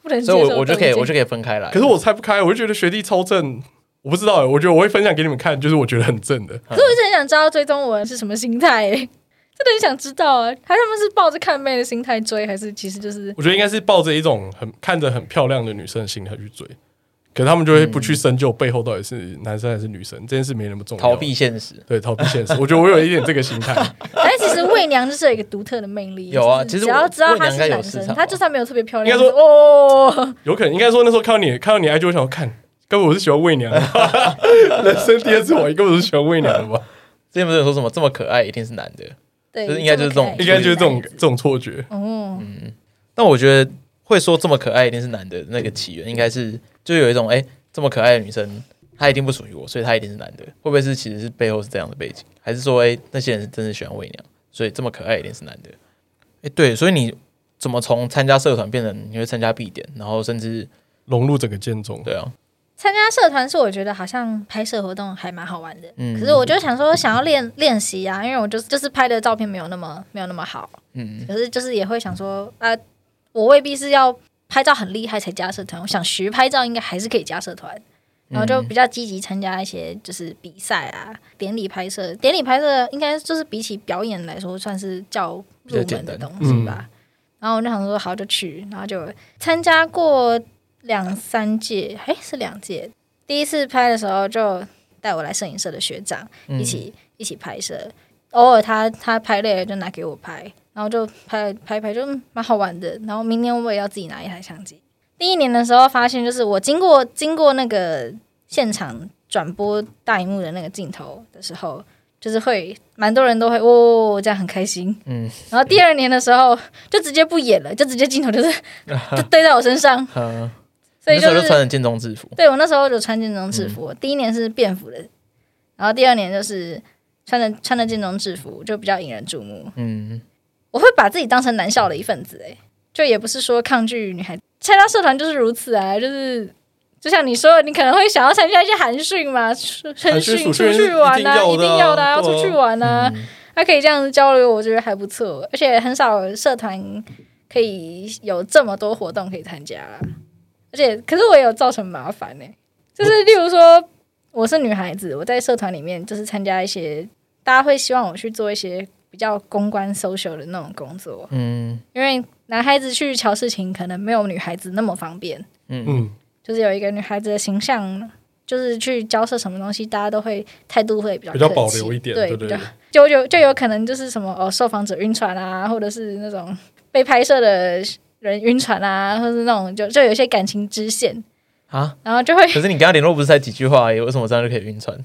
[SPEAKER 3] 不能接
[SPEAKER 1] 所以
[SPEAKER 3] 受。
[SPEAKER 1] 我我就可以我就可以分开来。
[SPEAKER 2] 可是我猜不开，我就觉得学弟超正，我不知道、诶我觉得我会分享给你们看，就是我觉得很正的。
[SPEAKER 1] 嗯
[SPEAKER 3] 可是我一直很想知道追哎踪我是什么心态、欸，真的很想知道啊！还是他们是抱着看妹的心态追，还是其实 就是
[SPEAKER 2] 我觉得应该是抱着一种很看着很漂亮的女生的心态去追，可他们就会不去深究背后到底是男生还是女生，这件事没那么重
[SPEAKER 1] 嗯
[SPEAKER 2] 要。
[SPEAKER 1] 逃避现实。
[SPEAKER 2] 对，逃避现实。我觉得我有一点这个心态，
[SPEAKER 3] 但哎是其实媚娘就是有一个独特的魅力。
[SPEAKER 1] 有啊
[SPEAKER 3] 就是
[SPEAKER 1] 其实
[SPEAKER 3] 只要知道她
[SPEAKER 1] 魏娘
[SPEAKER 3] 是
[SPEAKER 1] 应该有
[SPEAKER 3] 男
[SPEAKER 1] 市
[SPEAKER 3] 生
[SPEAKER 1] 场，吧啊
[SPEAKER 3] 她就算没有特别漂
[SPEAKER 2] 应
[SPEAKER 3] 亮，
[SPEAKER 2] 该说
[SPEAKER 3] 就是哦，
[SPEAKER 2] 有可能应该说那时候看到你看到你 IG，我想说看根本我是喜欢媚娘的吧， 人生第二次怀疑根本我是喜欢媚娘的吧？
[SPEAKER 1] 之前不是有说什么这么可爱一定是男的？
[SPEAKER 3] 对，
[SPEAKER 1] 就是应该就是这种
[SPEAKER 3] 么可爱
[SPEAKER 2] 应该就是这种
[SPEAKER 3] 的
[SPEAKER 2] 这种错觉。
[SPEAKER 3] 哦，
[SPEAKER 1] 但我觉得会说这么可爱一定是男的那个起源，应该是就有一种哎、诶这么可爱的女生，她一定不属于我，所以她一定是男的。会不会是其实是背后是这样的背景，还是说哎、诶那些人真的喜欢伪娘，所以这么可爱一定是男的？哎、对，所以你怎么从参加社团变成你会参加 B 点，然后甚至
[SPEAKER 2] 融入整个建中，
[SPEAKER 1] 对啊，
[SPEAKER 3] 参加社团是我觉得好像拍摄活动还蛮好玩的，
[SPEAKER 1] 嗯
[SPEAKER 3] 可是我就想说想要练练习啊，因为我就是就是拍的照片没有那么没有那么好，
[SPEAKER 1] 嗯，
[SPEAKER 3] 可是就是也会想说啊，我未必是要拍照很厉害才加社团，我想学拍照应该还是可以加社团，
[SPEAKER 1] 嗯
[SPEAKER 3] 然后就比较积极参加一些就是比赛啊、典礼拍摄，典礼拍摄应该就是比起表演来说算是较
[SPEAKER 1] 比较
[SPEAKER 3] 入
[SPEAKER 1] 简
[SPEAKER 3] 门
[SPEAKER 1] 单
[SPEAKER 3] 的东西吧。然后我就想说好就去，然后就参加过两三届，哎是两届，第一次拍的时候就带我来摄影社的学长
[SPEAKER 1] 嗯
[SPEAKER 3] 一起、一起拍摄，偶尔他他拍累了就拿给我拍，然后就拍拍拍就嗯蛮好玩的。然后明年我也要自己拿一台相机。第一年的时候发现，就是我经过经过那个现场转播大荧幕的那个镜头的时候，就是会蛮多人都会哦这样很开心，
[SPEAKER 1] 嗯
[SPEAKER 3] 嗯。然后第二年的时候就直接不演了，就直接镜头就是 就对在我身上，
[SPEAKER 1] 嗯，
[SPEAKER 3] 所以
[SPEAKER 1] 那时
[SPEAKER 3] 就
[SPEAKER 1] 候就是穿着建中制服，
[SPEAKER 3] 对我那时候就穿建中制服，第一年是便服的，然后第二年就是穿着穿着建中制服，就比较引人注目。
[SPEAKER 1] 嗯，
[SPEAKER 3] 我会把自己当成男校的一份子、欸，就也不是说抗拒女孩子参加社团就是如此啊，就是就像你说的，你可能会想要参加一些寒训嘛，出
[SPEAKER 2] 寒
[SPEAKER 3] 寒
[SPEAKER 2] 训
[SPEAKER 3] 训出
[SPEAKER 2] 暑训
[SPEAKER 3] 去玩啊，
[SPEAKER 2] 一
[SPEAKER 3] 一
[SPEAKER 2] 定
[SPEAKER 3] 定
[SPEAKER 2] 要
[SPEAKER 3] 要
[SPEAKER 2] 的
[SPEAKER 3] 的
[SPEAKER 2] 啊
[SPEAKER 3] 啊，要
[SPEAKER 2] 对啊
[SPEAKER 3] 出去玩啊，
[SPEAKER 1] 嗯
[SPEAKER 3] 他可以这样子交流，我觉得还不错，而且很少有社团可以有这么多活动可以参加啦，而且可是我也有造成麻烦呢、就是例如说我是女孩子，我在社团里面就是参加一些大家会希望我去做一些比较公关 social 的那种工作，
[SPEAKER 1] 嗯
[SPEAKER 3] 因为男孩子去瞧事情可能没有女孩子那么方便，
[SPEAKER 1] 嗯
[SPEAKER 2] 嗯，
[SPEAKER 3] 就是有一个女孩子的形象。就是去交涉什么东西，大家都会态度会比较
[SPEAKER 2] 比较
[SPEAKER 3] 客
[SPEAKER 2] 保
[SPEAKER 3] 气
[SPEAKER 2] 留一点，
[SPEAKER 3] 对，
[SPEAKER 2] 对不
[SPEAKER 3] 比
[SPEAKER 2] 对
[SPEAKER 3] 较？就有就有可能就是什么哦，受访者晕船啊，或者是那种被拍摄的人晕船啊，或者是那种就就有一些感情支线，
[SPEAKER 1] 啊，
[SPEAKER 3] 然后就会
[SPEAKER 1] 可是你跟他联络不是才几句话而已，为什么这样就可以晕船？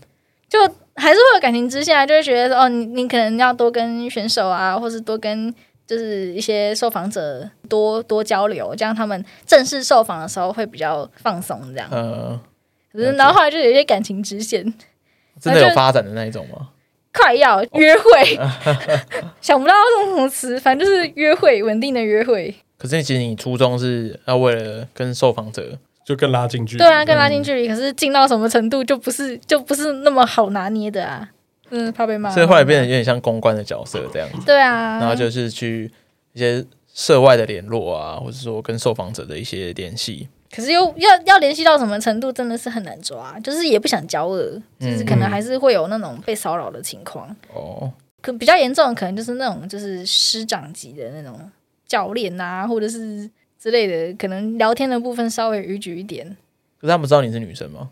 [SPEAKER 3] 就还是会有感情支线啊，就会觉得说哦，你你可能要多跟选手啊，或是多跟就是一些受访者多多交流，这样他们正式受访的时候会比较放松这样。
[SPEAKER 1] 呃，
[SPEAKER 3] 可是然后后来就有一些感情支线，
[SPEAKER 1] 真的有发展的那一种吗？
[SPEAKER 3] 快要约 会，想不到用什么词，反正就是约会，稳定的约会。
[SPEAKER 1] 可是其实你初衷是要为了跟受访者
[SPEAKER 2] 就更拉近距离。
[SPEAKER 3] 对啊，更拉近
[SPEAKER 1] 嗯
[SPEAKER 3] 距离，可是近到什么程度就不是就不是那么好拿捏的啊。嗯，怕被骂。
[SPEAKER 1] 所以后来变得有点像公关的角色这样子，
[SPEAKER 3] 对啊，
[SPEAKER 1] 然后就是去一些社外的联络啊，或者说跟受访者的一些联系。
[SPEAKER 3] 可是又要要联系到什么程度，真的是很难抓，就是也不想交恶，就是可能还是会有那种被骚扰的情况。
[SPEAKER 1] 哦，
[SPEAKER 3] 可比较严重的，可能就是那种就是师长级的那种教练啊，或者是之类的，可能聊天的部分稍微逾矩一点。
[SPEAKER 1] 可是他们知道你是女生吗？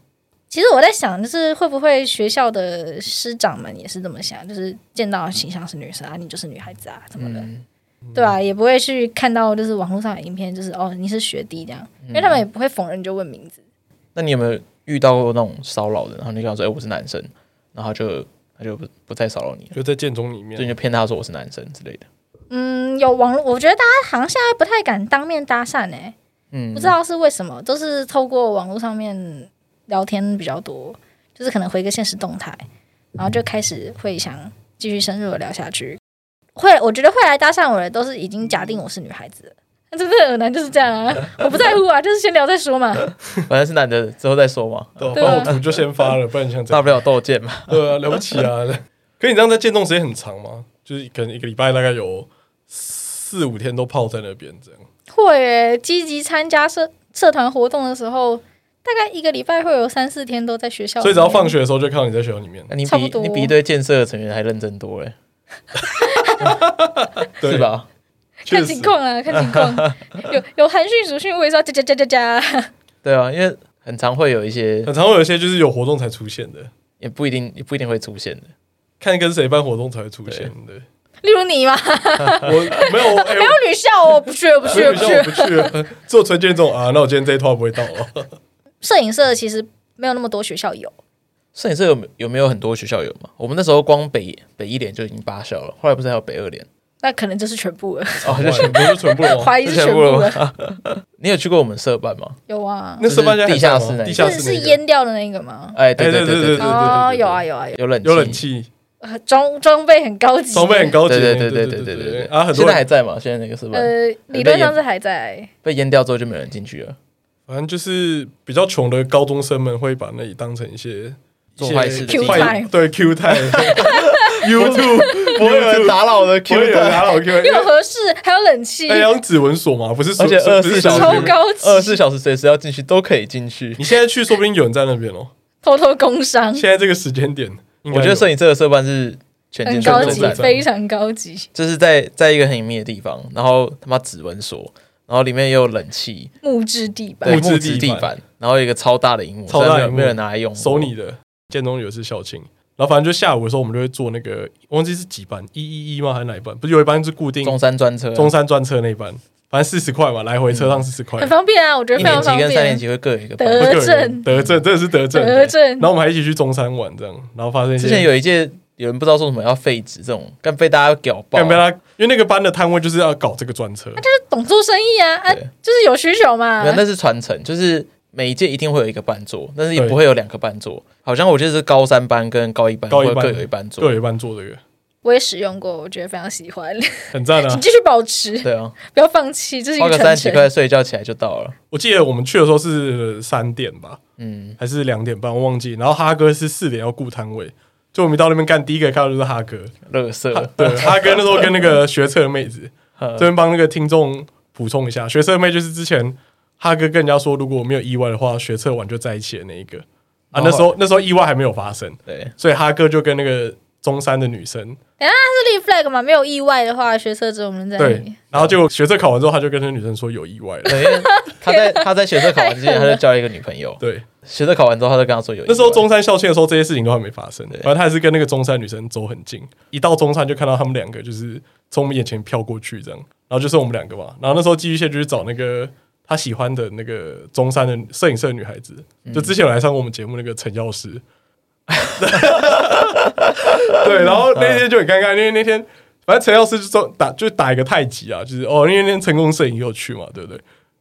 [SPEAKER 3] 其实我在想，就是会不会学校的师长们也是这么想，就是见到形象是女生啊，你就是女孩子啊，怎么的，
[SPEAKER 1] 嗯，
[SPEAKER 3] 对啊，也不会去看到就是网络上的影片，就是哦你是学弟这样，因为他们也不会逢人就问名字，
[SPEAKER 1] 那你有没有遇到过那种骚扰的？然后你跟他说：“哎、我是男生。”然后他就他就不不再骚扰你了，
[SPEAKER 2] 就在建中里面
[SPEAKER 1] 所以，你就骗他说我是男生之类的。
[SPEAKER 3] 嗯，有网络，我觉得大家好像现在不太敢当面搭讪哎、
[SPEAKER 1] 嗯，
[SPEAKER 3] 不知道是为什么，都是透过网络上面聊天比较多，就是可能回个现实动态，然后就开始会想继续深入的聊下去。会，我觉得会来搭讪我的都是已经假定我是女孩子了，那真的很难就是这样 啊，我不在乎啊，就是先聊再说嘛。
[SPEAKER 1] 反正是男的之后再说 嘛，
[SPEAKER 2] 对啊，
[SPEAKER 3] 对啊
[SPEAKER 2] 反正我图就先发了，不然你想怎
[SPEAKER 1] 大
[SPEAKER 2] 样？
[SPEAKER 1] 不了斗剑 嘛。
[SPEAKER 2] 对啊，了不起啊！可你这样在建中时间很长吗？就是可能一个礼拜大概有四五天都泡在那边这样。
[SPEAKER 3] 会耶，积极参加社社团活动的时候，大概一个礼拜会有三四天都在学校里面，
[SPEAKER 2] 所以只要放学的时候就看到你在学校里面，
[SPEAKER 1] 那你
[SPEAKER 3] 差不
[SPEAKER 1] 比
[SPEAKER 3] 多
[SPEAKER 1] 你比一堆建设的成员还认真多嘞，
[SPEAKER 2] 对
[SPEAKER 1] 是？吧？
[SPEAKER 3] 看
[SPEAKER 2] 确实
[SPEAKER 3] 情，况 啊，看情况，有有寒训、暑训，我也是要加加加加加。
[SPEAKER 1] 对啊，因为很常会有一些
[SPEAKER 2] 很常会有一些就是有活动才出现的，
[SPEAKER 1] 也不一定也不一定会出现的。
[SPEAKER 2] 看跟谁办活动才会出现 的。
[SPEAKER 3] 例如你嘛，
[SPEAKER 2] 我 没有，哎
[SPEAKER 3] 没，有女校哦，不去了，不
[SPEAKER 2] 我
[SPEAKER 3] 去
[SPEAKER 2] 我
[SPEAKER 3] 了，
[SPEAKER 2] 女
[SPEAKER 3] 不
[SPEAKER 2] 校
[SPEAKER 3] 去
[SPEAKER 2] 我
[SPEAKER 3] 了。
[SPEAKER 2] 不去了，做纯建中啊，那我今天这一套不会到哦。
[SPEAKER 3] 摄影社其实没有那么多学校有。
[SPEAKER 1] 摄影社有有没有很多学校有嘛？我们那时候光北北一联就已经八校了，后来不是还有北二联？
[SPEAKER 3] 那可能就是全部了，
[SPEAKER 1] 哦，
[SPEAKER 2] 不
[SPEAKER 1] 就是
[SPEAKER 2] 全部全哦部
[SPEAKER 3] 怀疑
[SPEAKER 1] 就是全
[SPEAKER 3] 全
[SPEAKER 1] 部
[SPEAKER 3] 部
[SPEAKER 1] 了
[SPEAKER 3] 了。
[SPEAKER 1] 吗？你有去过我们社办吗？
[SPEAKER 3] 有啊，
[SPEAKER 2] 那时候
[SPEAKER 1] 就是
[SPEAKER 2] 现在还
[SPEAKER 1] 地下
[SPEAKER 2] 在
[SPEAKER 1] 室那
[SPEAKER 2] 吗
[SPEAKER 1] 一
[SPEAKER 2] 地下
[SPEAKER 3] 是
[SPEAKER 2] 室
[SPEAKER 3] 是
[SPEAKER 2] 那个
[SPEAKER 3] 淹掉的那个吗？
[SPEAKER 1] 哎，对对
[SPEAKER 2] 哎对
[SPEAKER 1] 对对，
[SPEAKER 2] 对对
[SPEAKER 3] 哦，
[SPEAKER 2] 对
[SPEAKER 3] 有啊有啊有，
[SPEAKER 1] 有冷
[SPEAKER 2] 有冷
[SPEAKER 1] 气，
[SPEAKER 2] 气，
[SPEAKER 3] 呃装装备很高级，
[SPEAKER 2] 装备很。高级，
[SPEAKER 1] 对对对对对
[SPEAKER 2] 对对
[SPEAKER 1] 对对
[SPEAKER 2] 对
[SPEAKER 1] 对
[SPEAKER 2] 啊，很
[SPEAKER 1] 现
[SPEAKER 2] 多
[SPEAKER 1] 在还
[SPEAKER 2] 人
[SPEAKER 1] 在吗？现在那个社办
[SPEAKER 3] 呃，理论上是还在，
[SPEAKER 1] 被淹掉之后就没有人进去了，
[SPEAKER 2] 反正就是比较穷的高中生们会把那里当成一些
[SPEAKER 1] 做坏事的
[SPEAKER 2] 一些
[SPEAKER 1] 地
[SPEAKER 3] 方
[SPEAKER 2] 坏对 Q 太 YouTube
[SPEAKER 1] 不会有人打扰我的
[SPEAKER 2] 不会
[SPEAKER 1] Q
[SPEAKER 2] 有人打
[SPEAKER 1] 弹，
[SPEAKER 2] 扰 Q
[SPEAKER 3] 又合适，还有冷气，
[SPEAKER 2] 太哎阳指纹锁嘛，不是说
[SPEAKER 1] 而且
[SPEAKER 2] 不
[SPEAKER 1] 24
[SPEAKER 2] 是小
[SPEAKER 1] 小
[SPEAKER 3] 超
[SPEAKER 1] 时
[SPEAKER 3] 高级，
[SPEAKER 1] 二十四小时随时要进去都可以进去。
[SPEAKER 2] 你现在去，说不定有人在那边哦。
[SPEAKER 3] 偷偷工伤，
[SPEAKER 2] 现在这个时间点，应该有
[SPEAKER 1] 我觉得摄影社的社办是全
[SPEAKER 3] 很
[SPEAKER 1] 进
[SPEAKER 3] 高
[SPEAKER 1] 全
[SPEAKER 2] 重
[SPEAKER 1] 中
[SPEAKER 3] 级
[SPEAKER 1] 在，
[SPEAKER 2] 赞，
[SPEAKER 3] 非常高级，
[SPEAKER 1] 就是在在一个很隐秘的地方，然后他妈指纹锁，然后里面也有冷气，
[SPEAKER 3] 木质地板
[SPEAKER 1] 对，
[SPEAKER 2] 木质
[SPEAKER 1] 木质地
[SPEAKER 2] 地板
[SPEAKER 1] 板，然后有一个超大的荧幕，
[SPEAKER 2] 超大
[SPEAKER 1] 虽然没有
[SPEAKER 2] 荧幕
[SPEAKER 1] 没有人拿来用过，
[SPEAKER 2] 收你的。建中有一次校庆，然后反正就下午的时候，我们就会坐那个忘记是几班，一一一吗？还是哪一班？不是有一班是固定
[SPEAKER 1] 中山专车啊，
[SPEAKER 2] 中山专车那一班，反正四十块嘛，来回车上四十块
[SPEAKER 3] 很。方便啊，我觉得
[SPEAKER 1] 一
[SPEAKER 3] 非
[SPEAKER 1] 年
[SPEAKER 3] 常
[SPEAKER 1] 级
[SPEAKER 3] 方
[SPEAKER 1] 跟三年
[SPEAKER 3] 便。
[SPEAKER 1] 级会各有一个
[SPEAKER 3] 德
[SPEAKER 1] 班。
[SPEAKER 2] 德
[SPEAKER 3] 政
[SPEAKER 2] 德政，真的是德政。欸
[SPEAKER 3] 德政
[SPEAKER 2] 然后我们还一起去中山玩，这样，然后发生一些
[SPEAKER 1] 之前有一届有人不知道说什么要废纸这种，干被大家屌爆啊
[SPEAKER 2] 干，被他，因为那个班的摊位啊就是要搞这个专车，
[SPEAKER 3] 懂做生意啊，啊，
[SPEAKER 1] 对
[SPEAKER 3] 就是有需求嘛
[SPEAKER 1] 没有，。那是传承，就是每一届一定会有一个班座，但是也
[SPEAKER 2] 对
[SPEAKER 1] 不会有两个班座。好像我记得是高三班跟高一班
[SPEAKER 2] 高一
[SPEAKER 1] 会
[SPEAKER 2] 班
[SPEAKER 1] 各有一班座
[SPEAKER 2] 对，。有一班做这个，
[SPEAKER 3] 我也使用过，我觉得非常喜欢。
[SPEAKER 2] 很赞啊
[SPEAKER 3] 请！继续保持，
[SPEAKER 1] 对啊，
[SPEAKER 3] 不要放弃，这是一
[SPEAKER 1] 花
[SPEAKER 3] 个
[SPEAKER 1] 个三
[SPEAKER 3] 传
[SPEAKER 1] 十几
[SPEAKER 3] 承。
[SPEAKER 1] 块睡觉起来就到了。
[SPEAKER 2] 我记得我们去的时候是三点吧，
[SPEAKER 1] 嗯，
[SPEAKER 2] 还是两点半，我忘记。然后哈哥是四点要顾摊位，就我们一到那边干，第一个看到就是哈哥。
[SPEAKER 1] 乐色
[SPEAKER 2] 哈对，哈哥那时候跟那个学测妹子，这边帮那个听众补充一下，学测妹就是之前哈哥跟人家说，如果我没有意外的话，学测完就在一起的那一个啊。那时候那时候意外还没有发生，
[SPEAKER 1] 对，
[SPEAKER 2] 所以哈哥就跟那个中山的女生
[SPEAKER 3] 是立 flag 嘛？没有意外的话，学车只有我们在
[SPEAKER 2] 对，然后结果学测考完之后，他就跟那女生说有意外了。
[SPEAKER 1] 对，因为他 在他在学测考完之前，他就交了一个女朋友。
[SPEAKER 2] 对，
[SPEAKER 1] 学测考完之后，他就跟他说有意外。
[SPEAKER 2] 那时候中山校庆的时候，这些事情都还没发生。反正他还是跟那个中山女生走很近，一到中山就看到他们两个就是从我们眼前飘过去这样，然后就剩我们两个嘛。然后那时候寄居蟹就去找那个他喜欢的那个中山的摄影社的女孩子，就之前有来上过我们节目那个陈药师。 对，然后那天就很尴尬，因为那天反正陈药师就说打就打一个太极啊，就是哦，因为那天成功摄影也有去嘛，对不对？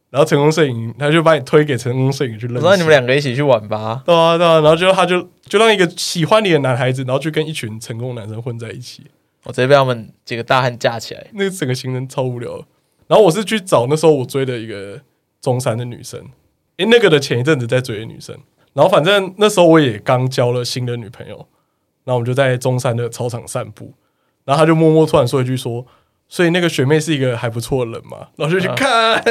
[SPEAKER 2] 然后成功摄影他就把你推给成功摄影去认
[SPEAKER 1] 我
[SPEAKER 2] 识。
[SPEAKER 1] 说你们两个一起去玩吧。
[SPEAKER 2] 对啊，对啊，然后就他就就让一个喜欢你的男孩子，然后就跟一群成功男生混在一起，
[SPEAKER 1] 我直接被他们几个大汉架起来。
[SPEAKER 2] 那个整个行程超无聊的。然后我是去找那时候我追的一个中山的女生，诶，那个的前一阵子在追的女生，然后反正那时候我也刚交了新的女朋友，然后我们就在中山的操场散步，然后他就默默突然说一句说。所以那个学妹是一个还不错的人嘛，然后就去看，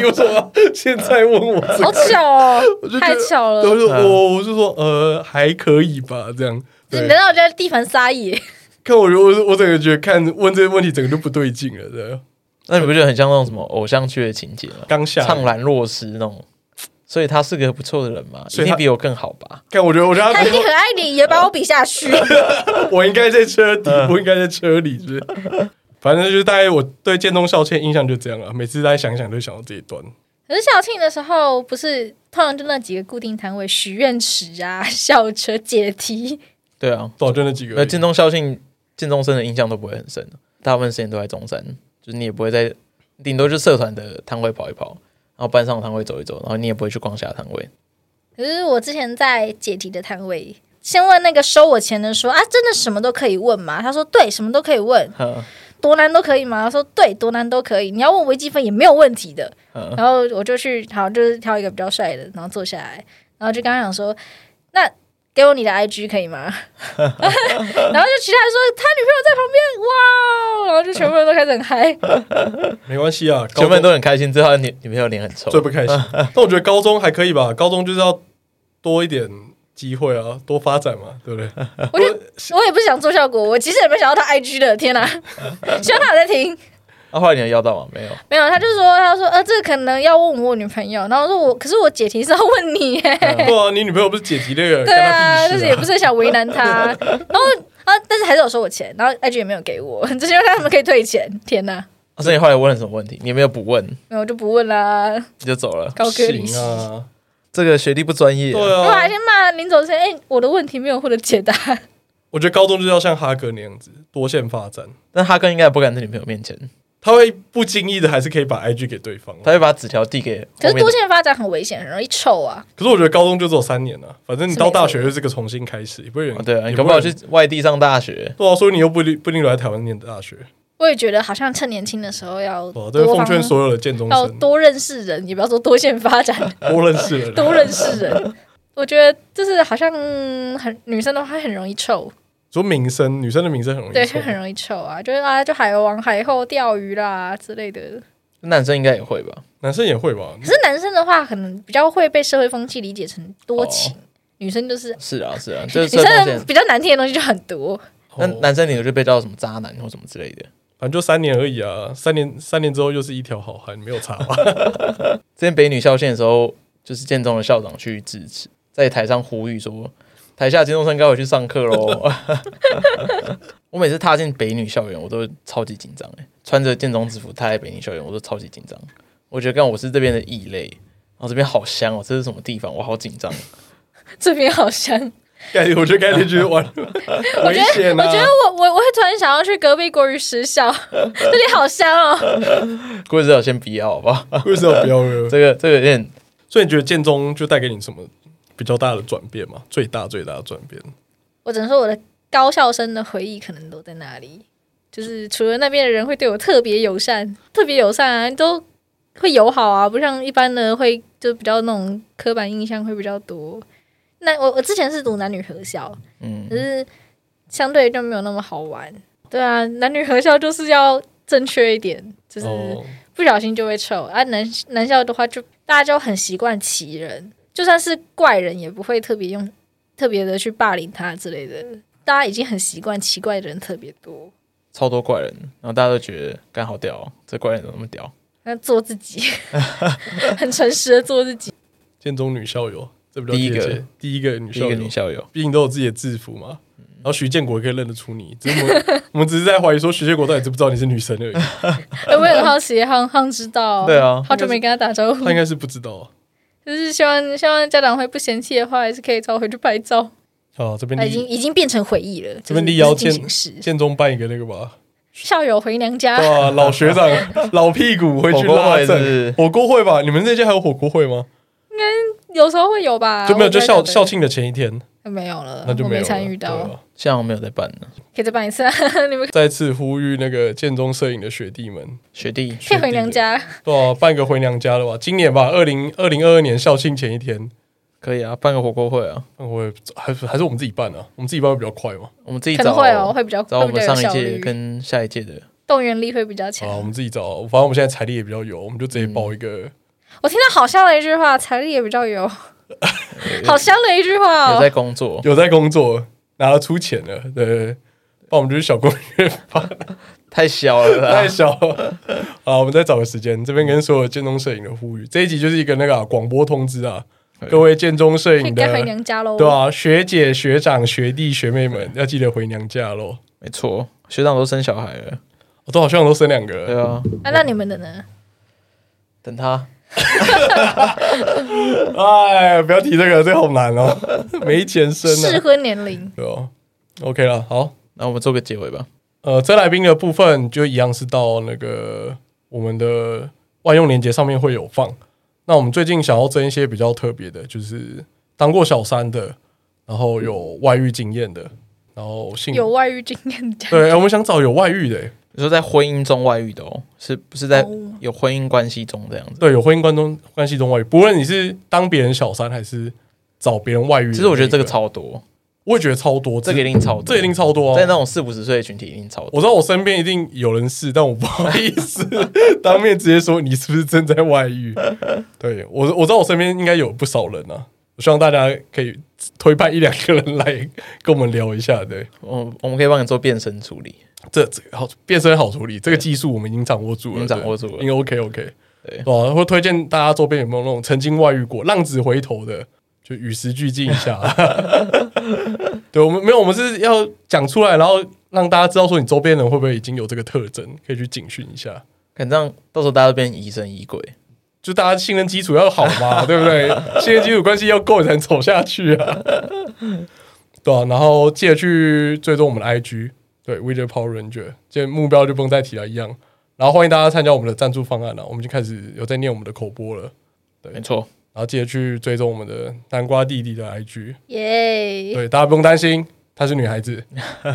[SPEAKER 2] 有什么现在问我这个
[SPEAKER 3] 好 巧哦
[SPEAKER 2] 我就，觉
[SPEAKER 3] 太
[SPEAKER 2] 得
[SPEAKER 3] 巧
[SPEAKER 2] 对我
[SPEAKER 3] 了。
[SPEAKER 2] 就我我就说呃还可以吧这样。
[SPEAKER 3] 你
[SPEAKER 2] 对
[SPEAKER 3] 难，道我在地盘 撒野？
[SPEAKER 2] 看我我我整个觉得看问这个问题整个就不对劲了，对。啊
[SPEAKER 1] 那你不觉得很像那种什么偶像剧的情节吗？
[SPEAKER 2] 刚下来
[SPEAKER 1] 怅然若失那种。所以他是个不错的人嘛，一
[SPEAKER 2] 所以
[SPEAKER 1] 定
[SPEAKER 2] 他
[SPEAKER 1] 比我更好吧？
[SPEAKER 2] 看我觉得我觉得
[SPEAKER 3] 他
[SPEAKER 2] 他
[SPEAKER 3] 一定很爱你，也把我比下 去。
[SPEAKER 2] 我应该在车底，
[SPEAKER 1] 嗯
[SPEAKER 2] 不应该在车里，是不是？反正就是大概我对建中校庆印象就这样了，啊每次大家想一想都想到这一段。
[SPEAKER 3] 可是校庆的时候，不是通常就那几个固定摊位，许愿池啊、 校车、解题，
[SPEAKER 1] 对啊，
[SPEAKER 2] 对，就那几个而
[SPEAKER 1] 那
[SPEAKER 2] 已。
[SPEAKER 1] 建中校庆，建中生的印象都不会很深，大部分时间都在中山，就是你也不会在，顶多就社团的摊位跑一跑，然后班上的摊位走一走，然后你也不会去逛下摊位。
[SPEAKER 3] 可是我之前在解题的摊位，先问那个收我钱的说啊，真的什么都可以问吗？他说对，什么都可以问，
[SPEAKER 1] 呵
[SPEAKER 3] 多难都可以吗？他说对，多难都可以，你要问微积分也没有问题的。
[SPEAKER 1] 呵
[SPEAKER 3] 然后我就去，好，就是挑一个比较帅的，然后坐下来，然后就跟他讲说，那给我你的 IG 可以吗？ 然后就其他人说他女朋友在旁边，哇哦，然后就全部人都开始很嗨。
[SPEAKER 2] 没关系啊，
[SPEAKER 1] 全
[SPEAKER 2] 高
[SPEAKER 1] 部人
[SPEAKER 2] 中
[SPEAKER 1] 都嗯很开心，之后女女朋友脸很臭
[SPEAKER 2] 最。不开心。但我觉得高中还可以吧，高中就是要多一点机会啊，多发展嘛，对不 对？
[SPEAKER 3] 我就我也不是想做效果，我其实也没想到他 IG 的，天哪！希望他有在听。
[SPEAKER 1] 那、啊后来你有要到吗？没有。啊
[SPEAKER 3] 没有，他就说，他说，呃，这个可能要问我女朋友，然后我说我，可是我解题是要问你耶，
[SPEAKER 2] 对啊，你女朋友不是解题那个，
[SPEAKER 3] 对啊，
[SPEAKER 2] 干她
[SPEAKER 3] 就
[SPEAKER 2] 屁
[SPEAKER 3] 是
[SPEAKER 2] 事
[SPEAKER 3] 也不是很想为难 他，然后啊，但是还是有收我钱，然后 IG 也没有给我， 这是因为他们可以退钱，天哪，
[SPEAKER 1] 啊所以你后来问了什么问题？你有没有不问，
[SPEAKER 3] 那我就不问啦，
[SPEAKER 1] 你就走了。
[SPEAKER 3] 高歌离
[SPEAKER 2] 啊行
[SPEAKER 3] 席，
[SPEAKER 2] 啊，
[SPEAKER 1] 这个学历不专业、
[SPEAKER 2] 对
[SPEAKER 3] 我还
[SPEAKER 2] 啊，
[SPEAKER 3] 先骂临走前，哎、我的问题没有获得解答，
[SPEAKER 2] 我觉得高中就是要像哈格那样子多线发展，
[SPEAKER 1] 但哈根应该也不敢在女朋友面前，
[SPEAKER 2] 他会不经意的还是可以把 IG 给对方啊。
[SPEAKER 1] 他会把纸条递给
[SPEAKER 3] 可
[SPEAKER 1] 后
[SPEAKER 3] 是
[SPEAKER 1] 面
[SPEAKER 3] 多
[SPEAKER 1] 的。
[SPEAKER 3] 线发展很危险，很容易臭啊。
[SPEAKER 2] 可是我觉得高中就只有三年啊，反正你到大学就是个重新开始，也不会有人、
[SPEAKER 1] 哦对啊，你
[SPEAKER 2] 也
[SPEAKER 1] 搞不
[SPEAKER 2] 会
[SPEAKER 1] 好
[SPEAKER 2] 有
[SPEAKER 1] 去
[SPEAKER 2] 人？
[SPEAKER 1] 外地上大学，
[SPEAKER 2] 对啊，所以你又不一定不一定留在台湾念大学。
[SPEAKER 3] 我也觉得好像趁年轻的时候要
[SPEAKER 2] 哦，
[SPEAKER 3] 多
[SPEAKER 2] 这个奉
[SPEAKER 3] 方啊
[SPEAKER 2] 劝所有的建中
[SPEAKER 3] 要
[SPEAKER 2] 生，
[SPEAKER 3] 多认识人，也不要说多线发展，
[SPEAKER 2] 多认识人，啊
[SPEAKER 3] 多认识人。我觉得就是好像很女生的话很容易臭，
[SPEAKER 2] 说名声，女生的名声很容易
[SPEAKER 3] 对，
[SPEAKER 2] 臭
[SPEAKER 3] 会很容易臭啊，就是啊，就海王海后钓鱼啦之类的。
[SPEAKER 1] 男生应该也会吧？
[SPEAKER 2] 男生也会吧
[SPEAKER 3] 可？是男生的话，可能比较会被社会风气理解成多情，女生就是
[SPEAKER 1] 是啊，是啊，就是
[SPEAKER 3] 女
[SPEAKER 1] 社交
[SPEAKER 3] 生
[SPEAKER 1] 线。
[SPEAKER 3] 比较难听的东西就很多。
[SPEAKER 1] 那
[SPEAKER 2] 哦
[SPEAKER 1] 男生你就被叫什么渣男或什么之类的。
[SPEAKER 2] 反正就三年而已啊，三年三年之后又是一条好汉，没有差啊 吧？
[SPEAKER 1] 之前北女校庆的时候，就是建中的校长去致辞，在台上呼吁说，台下建中生该回去上课 喽。我每次踏进北女校园，我都超级紧张哎，穿着建中制服踏在北女校园，我都超级紧张。我觉得刚我是这边的异类，然后这边好香哦，这是什么地方？我好紧张。
[SPEAKER 3] 这边好像，
[SPEAKER 2] 该我觉得该进去 玩，危险
[SPEAKER 3] 我觉得
[SPEAKER 2] 啊！
[SPEAKER 3] 我我我会突然想要去隔壁国语实校，这里好香哦。
[SPEAKER 1] 郭指导先不要好不好？
[SPEAKER 2] 为什么不要呢？
[SPEAKER 1] 这个这个有点
[SPEAKER 2] 所以你觉得建中就带给你什么比较大的转变吗？最大最大的转变？
[SPEAKER 3] 我只能说我的高校生的回忆可能都在那里，就是除了那边的人会对我特别友善，特别友善啊，都会友好啊，不像一般的会就比较那种刻板印象会比较多。那我我之前是读男女合校，
[SPEAKER 1] 嗯
[SPEAKER 3] 可，是相对就没有那么好玩。对啊，男女合校就是要正确一点，就是
[SPEAKER 2] 哦，
[SPEAKER 3] 不小心就会臭啊。男男校的话就，大家就很习惯骑人，就算是怪人也不会特别用特别的去霸凌他之类的。大家已经很习惯奇怪的人特别多，
[SPEAKER 1] 超多怪人，然后大家都觉得干好屌、哦，这怪人怎么那么屌？
[SPEAKER 3] 那做自己， 很诚实的做自己。
[SPEAKER 2] 建中女校友，这比较
[SPEAKER 1] 第一
[SPEAKER 2] 贴
[SPEAKER 1] 个
[SPEAKER 2] 切第一个女
[SPEAKER 1] 第
[SPEAKER 2] 校
[SPEAKER 1] 一个
[SPEAKER 2] 友
[SPEAKER 1] 女，校友，嗯
[SPEAKER 2] 毕竟都有自己的制服嘛。然后徐建国也可以认得出你，只是我们 我们只是在怀疑说徐建国到底知不知道你是女生 而已，
[SPEAKER 3] 哎、我也很好奇，浩浩知道，
[SPEAKER 1] 对啊
[SPEAKER 3] 好久没跟他打招呼
[SPEAKER 2] 他，应该是不知道啊。
[SPEAKER 3] 就是希望希望家长会不嫌弃的话，还是可以找我回去拍照。
[SPEAKER 2] 好，这边
[SPEAKER 3] 啊已经
[SPEAKER 2] 立
[SPEAKER 3] 已经变成回忆了，
[SPEAKER 2] 这边
[SPEAKER 3] 就
[SPEAKER 2] 立
[SPEAKER 3] 是
[SPEAKER 2] 腰
[SPEAKER 3] 不是进
[SPEAKER 2] 间
[SPEAKER 3] 行时
[SPEAKER 2] 建中办一个那个吧，
[SPEAKER 3] 校友回娘家，
[SPEAKER 2] 哇，老 学长老屁股回去
[SPEAKER 1] 火锅
[SPEAKER 2] 拉
[SPEAKER 1] 会是不是
[SPEAKER 2] 正，火锅会吧？你们那届还有火锅会吗？
[SPEAKER 3] 有时候会有吧，
[SPEAKER 2] 就没有，就
[SPEAKER 3] 啊我不
[SPEAKER 2] 校
[SPEAKER 3] 太懂
[SPEAKER 2] 校庆的前一天，
[SPEAKER 3] 没有了，
[SPEAKER 2] 那就
[SPEAKER 3] 我
[SPEAKER 2] 没有
[SPEAKER 3] 没
[SPEAKER 2] 了
[SPEAKER 3] 参与
[SPEAKER 2] 对
[SPEAKER 3] 到，
[SPEAKER 2] 啊
[SPEAKER 1] 现在我没有在办呢。
[SPEAKER 3] 可以再办一次啊，你们
[SPEAKER 2] 再次呼吁那个建中摄影的学弟们，
[SPEAKER 1] 学弟，
[SPEAKER 3] 可以回娘家，
[SPEAKER 2] 对啊，办个回娘家的吧。今年吧，二零二零二二年校庆前一天，
[SPEAKER 1] 可以啊，办个火锅会啊，
[SPEAKER 2] 那我也还是还是我们自己办啊，我们自己办会比较快嘛。
[SPEAKER 1] 我们自己
[SPEAKER 3] 可
[SPEAKER 1] 找
[SPEAKER 3] 能会哦，会比较
[SPEAKER 1] 找
[SPEAKER 3] 会
[SPEAKER 1] 我
[SPEAKER 3] 比
[SPEAKER 1] 们
[SPEAKER 3] 较
[SPEAKER 1] 上
[SPEAKER 3] 有
[SPEAKER 1] 一
[SPEAKER 3] 效
[SPEAKER 1] 届
[SPEAKER 3] 率，
[SPEAKER 1] 跟下一届的，
[SPEAKER 3] 动员力会比较强
[SPEAKER 2] 啊，。我们自己找，反正我们现在财力也比较有，我们就直接报一个。
[SPEAKER 3] 我听到好笑的一句话，财力也比 较有，好香的一句话
[SPEAKER 1] 有
[SPEAKER 3] 哦
[SPEAKER 1] 在。工作，
[SPEAKER 2] 有在工作，拿得出钱了，对对，那我们就是小公园 吧，
[SPEAKER 1] 太小了
[SPEAKER 2] 太
[SPEAKER 1] 啦，
[SPEAKER 2] 小了。好，我们再找个时间，这边跟所有建中摄影的呼吁，这一集就是一个那个啊广、播通知啊，各位建中摄
[SPEAKER 3] 可以
[SPEAKER 2] 影
[SPEAKER 3] 该回
[SPEAKER 2] 的。
[SPEAKER 3] 娘家喽。
[SPEAKER 2] 对啊，学姐、学长、学弟、学妹们要记得回娘家喽。
[SPEAKER 1] 没错，学长都生小孩了，
[SPEAKER 2] 我、都好像都生两个了，
[SPEAKER 1] 对啊，
[SPEAKER 3] 啊，那你们的呢？
[SPEAKER 1] 等他，
[SPEAKER 2] 哎，不要提这个，这个好难哦，没钱生
[SPEAKER 3] 适
[SPEAKER 2] 啊。
[SPEAKER 3] 婚年龄，
[SPEAKER 2] 对哦，OK 了，好，
[SPEAKER 1] 那我们做个结尾吧，
[SPEAKER 2] 呃，真来宾的部分就一样是到那个我们的万用链接上面会有放。那我们最近想要征一些比较特别的，就是当过小三的，然后有外遇经验的，然后性
[SPEAKER 3] 有外遇经验的，
[SPEAKER 2] 嗯对，我们想找有外遇的、
[SPEAKER 1] 你说在婚姻中外遇的哦，是不是在
[SPEAKER 3] 哦
[SPEAKER 1] 有婚姻关系中这样子？
[SPEAKER 2] 对，有婚姻关中关系中外遇，不论你是当别人小三还是找别人外遇的那，
[SPEAKER 1] 其实我觉得这个超多，
[SPEAKER 2] 我也觉得超多，
[SPEAKER 1] 嗯这个一定超多，
[SPEAKER 2] 这一定超多、啊，
[SPEAKER 1] 在那种四五十岁的群体一定超多，
[SPEAKER 2] 我知道我身边一定有人是，但我不好意思当面直接说你是不是正在外遇。对我，我知道我身边应该有不少人啊，我希望大家可以推派一两个人来跟我们聊一下。对，
[SPEAKER 1] 我我们可以帮你做变身处理，
[SPEAKER 2] 这这个好变身好处理，这个技术我们已经掌握住了，
[SPEAKER 1] 已经掌握住了
[SPEAKER 2] 对应该 OK OK。
[SPEAKER 1] 对
[SPEAKER 2] 对啊，会推荐大家周边有没有那种曾经外遇过、浪子回头的，就与时俱进 一下。对，我们没有，我们是要讲出来，然后让大家知道说你周边人会不会已经有这个特征，可以去警讯一下。
[SPEAKER 1] 可能这样到时候大家都变疑神疑鬼，
[SPEAKER 2] 就大家信任基础要好 嘛，对不对？信任基础关系要够，你才能走下去啊。 对啊，然后记得去追踪我们的 IG，对 w i d e Power Ranger，这目标就不用再提了，一样。然后欢迎大家参加我们的赞助方案了、啊我们就开始有在念我们的口播了。
[SPEAKER 1] 没错，
[SPEAKER 2] 然后记得去追踪我们的南瓜弟弟的 IG，
[SPEAKER 3] 耶！
[SPEAKER 2] 对大家不用担心，她是女孩 子。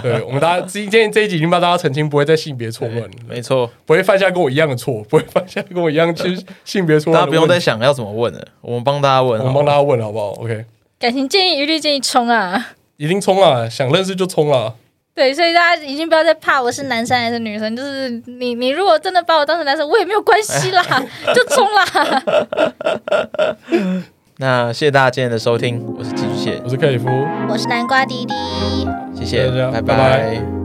[SPEAKER 2] 对我们大家今天这一集已经帮大家澄清，不会再性别错乱了，
[SPEAKER 1] 没错，
[SPEAKER 2] 不会犯下跟我一样的错，不会犯下跟我一样去性别错
[SPEAKER 1] 大
[SPEAKER 2] 乱
[SPEAKER 1] 家
[SPEAKER 2] 的
[SPEAKER 1] 不用
[SPEAKER 2] 问
[SPEAKER 1] 再
[SPEAKER 2] 题。
[SPEAKER 1] 想要怎么问了，嗯我们帮大家问哦
[SPEAKER 2] 我
[SPEAKER 1] 好了，
[SPEAKER 2] 们帮大家问好不好？OK，
[SPEAKER 3] 感情建议一律建议冲啊！
[SPEAKER 2] 一定冲啊！想认识就冲啊！
[SPEAKER 3] 对，所以大家已经不要再怕我是男生还是女生，就是你你如果真的把我当成男生，我也没有关系啦，就冲啦！
[SPEAKER 1] 那谢谢大家今天的收听，我是寄居蟹，
[SPEAKER 2] 我是克里夫。
[SPEAKER 3] 我是南瓜滴滴。
[SPEAKER 1] 谢谢，
[SPEAKER 2] 谢谢大家
[SPEAKER 1] 拜
[SPEAKER 2] 拜
[SPEAKER 1] 拜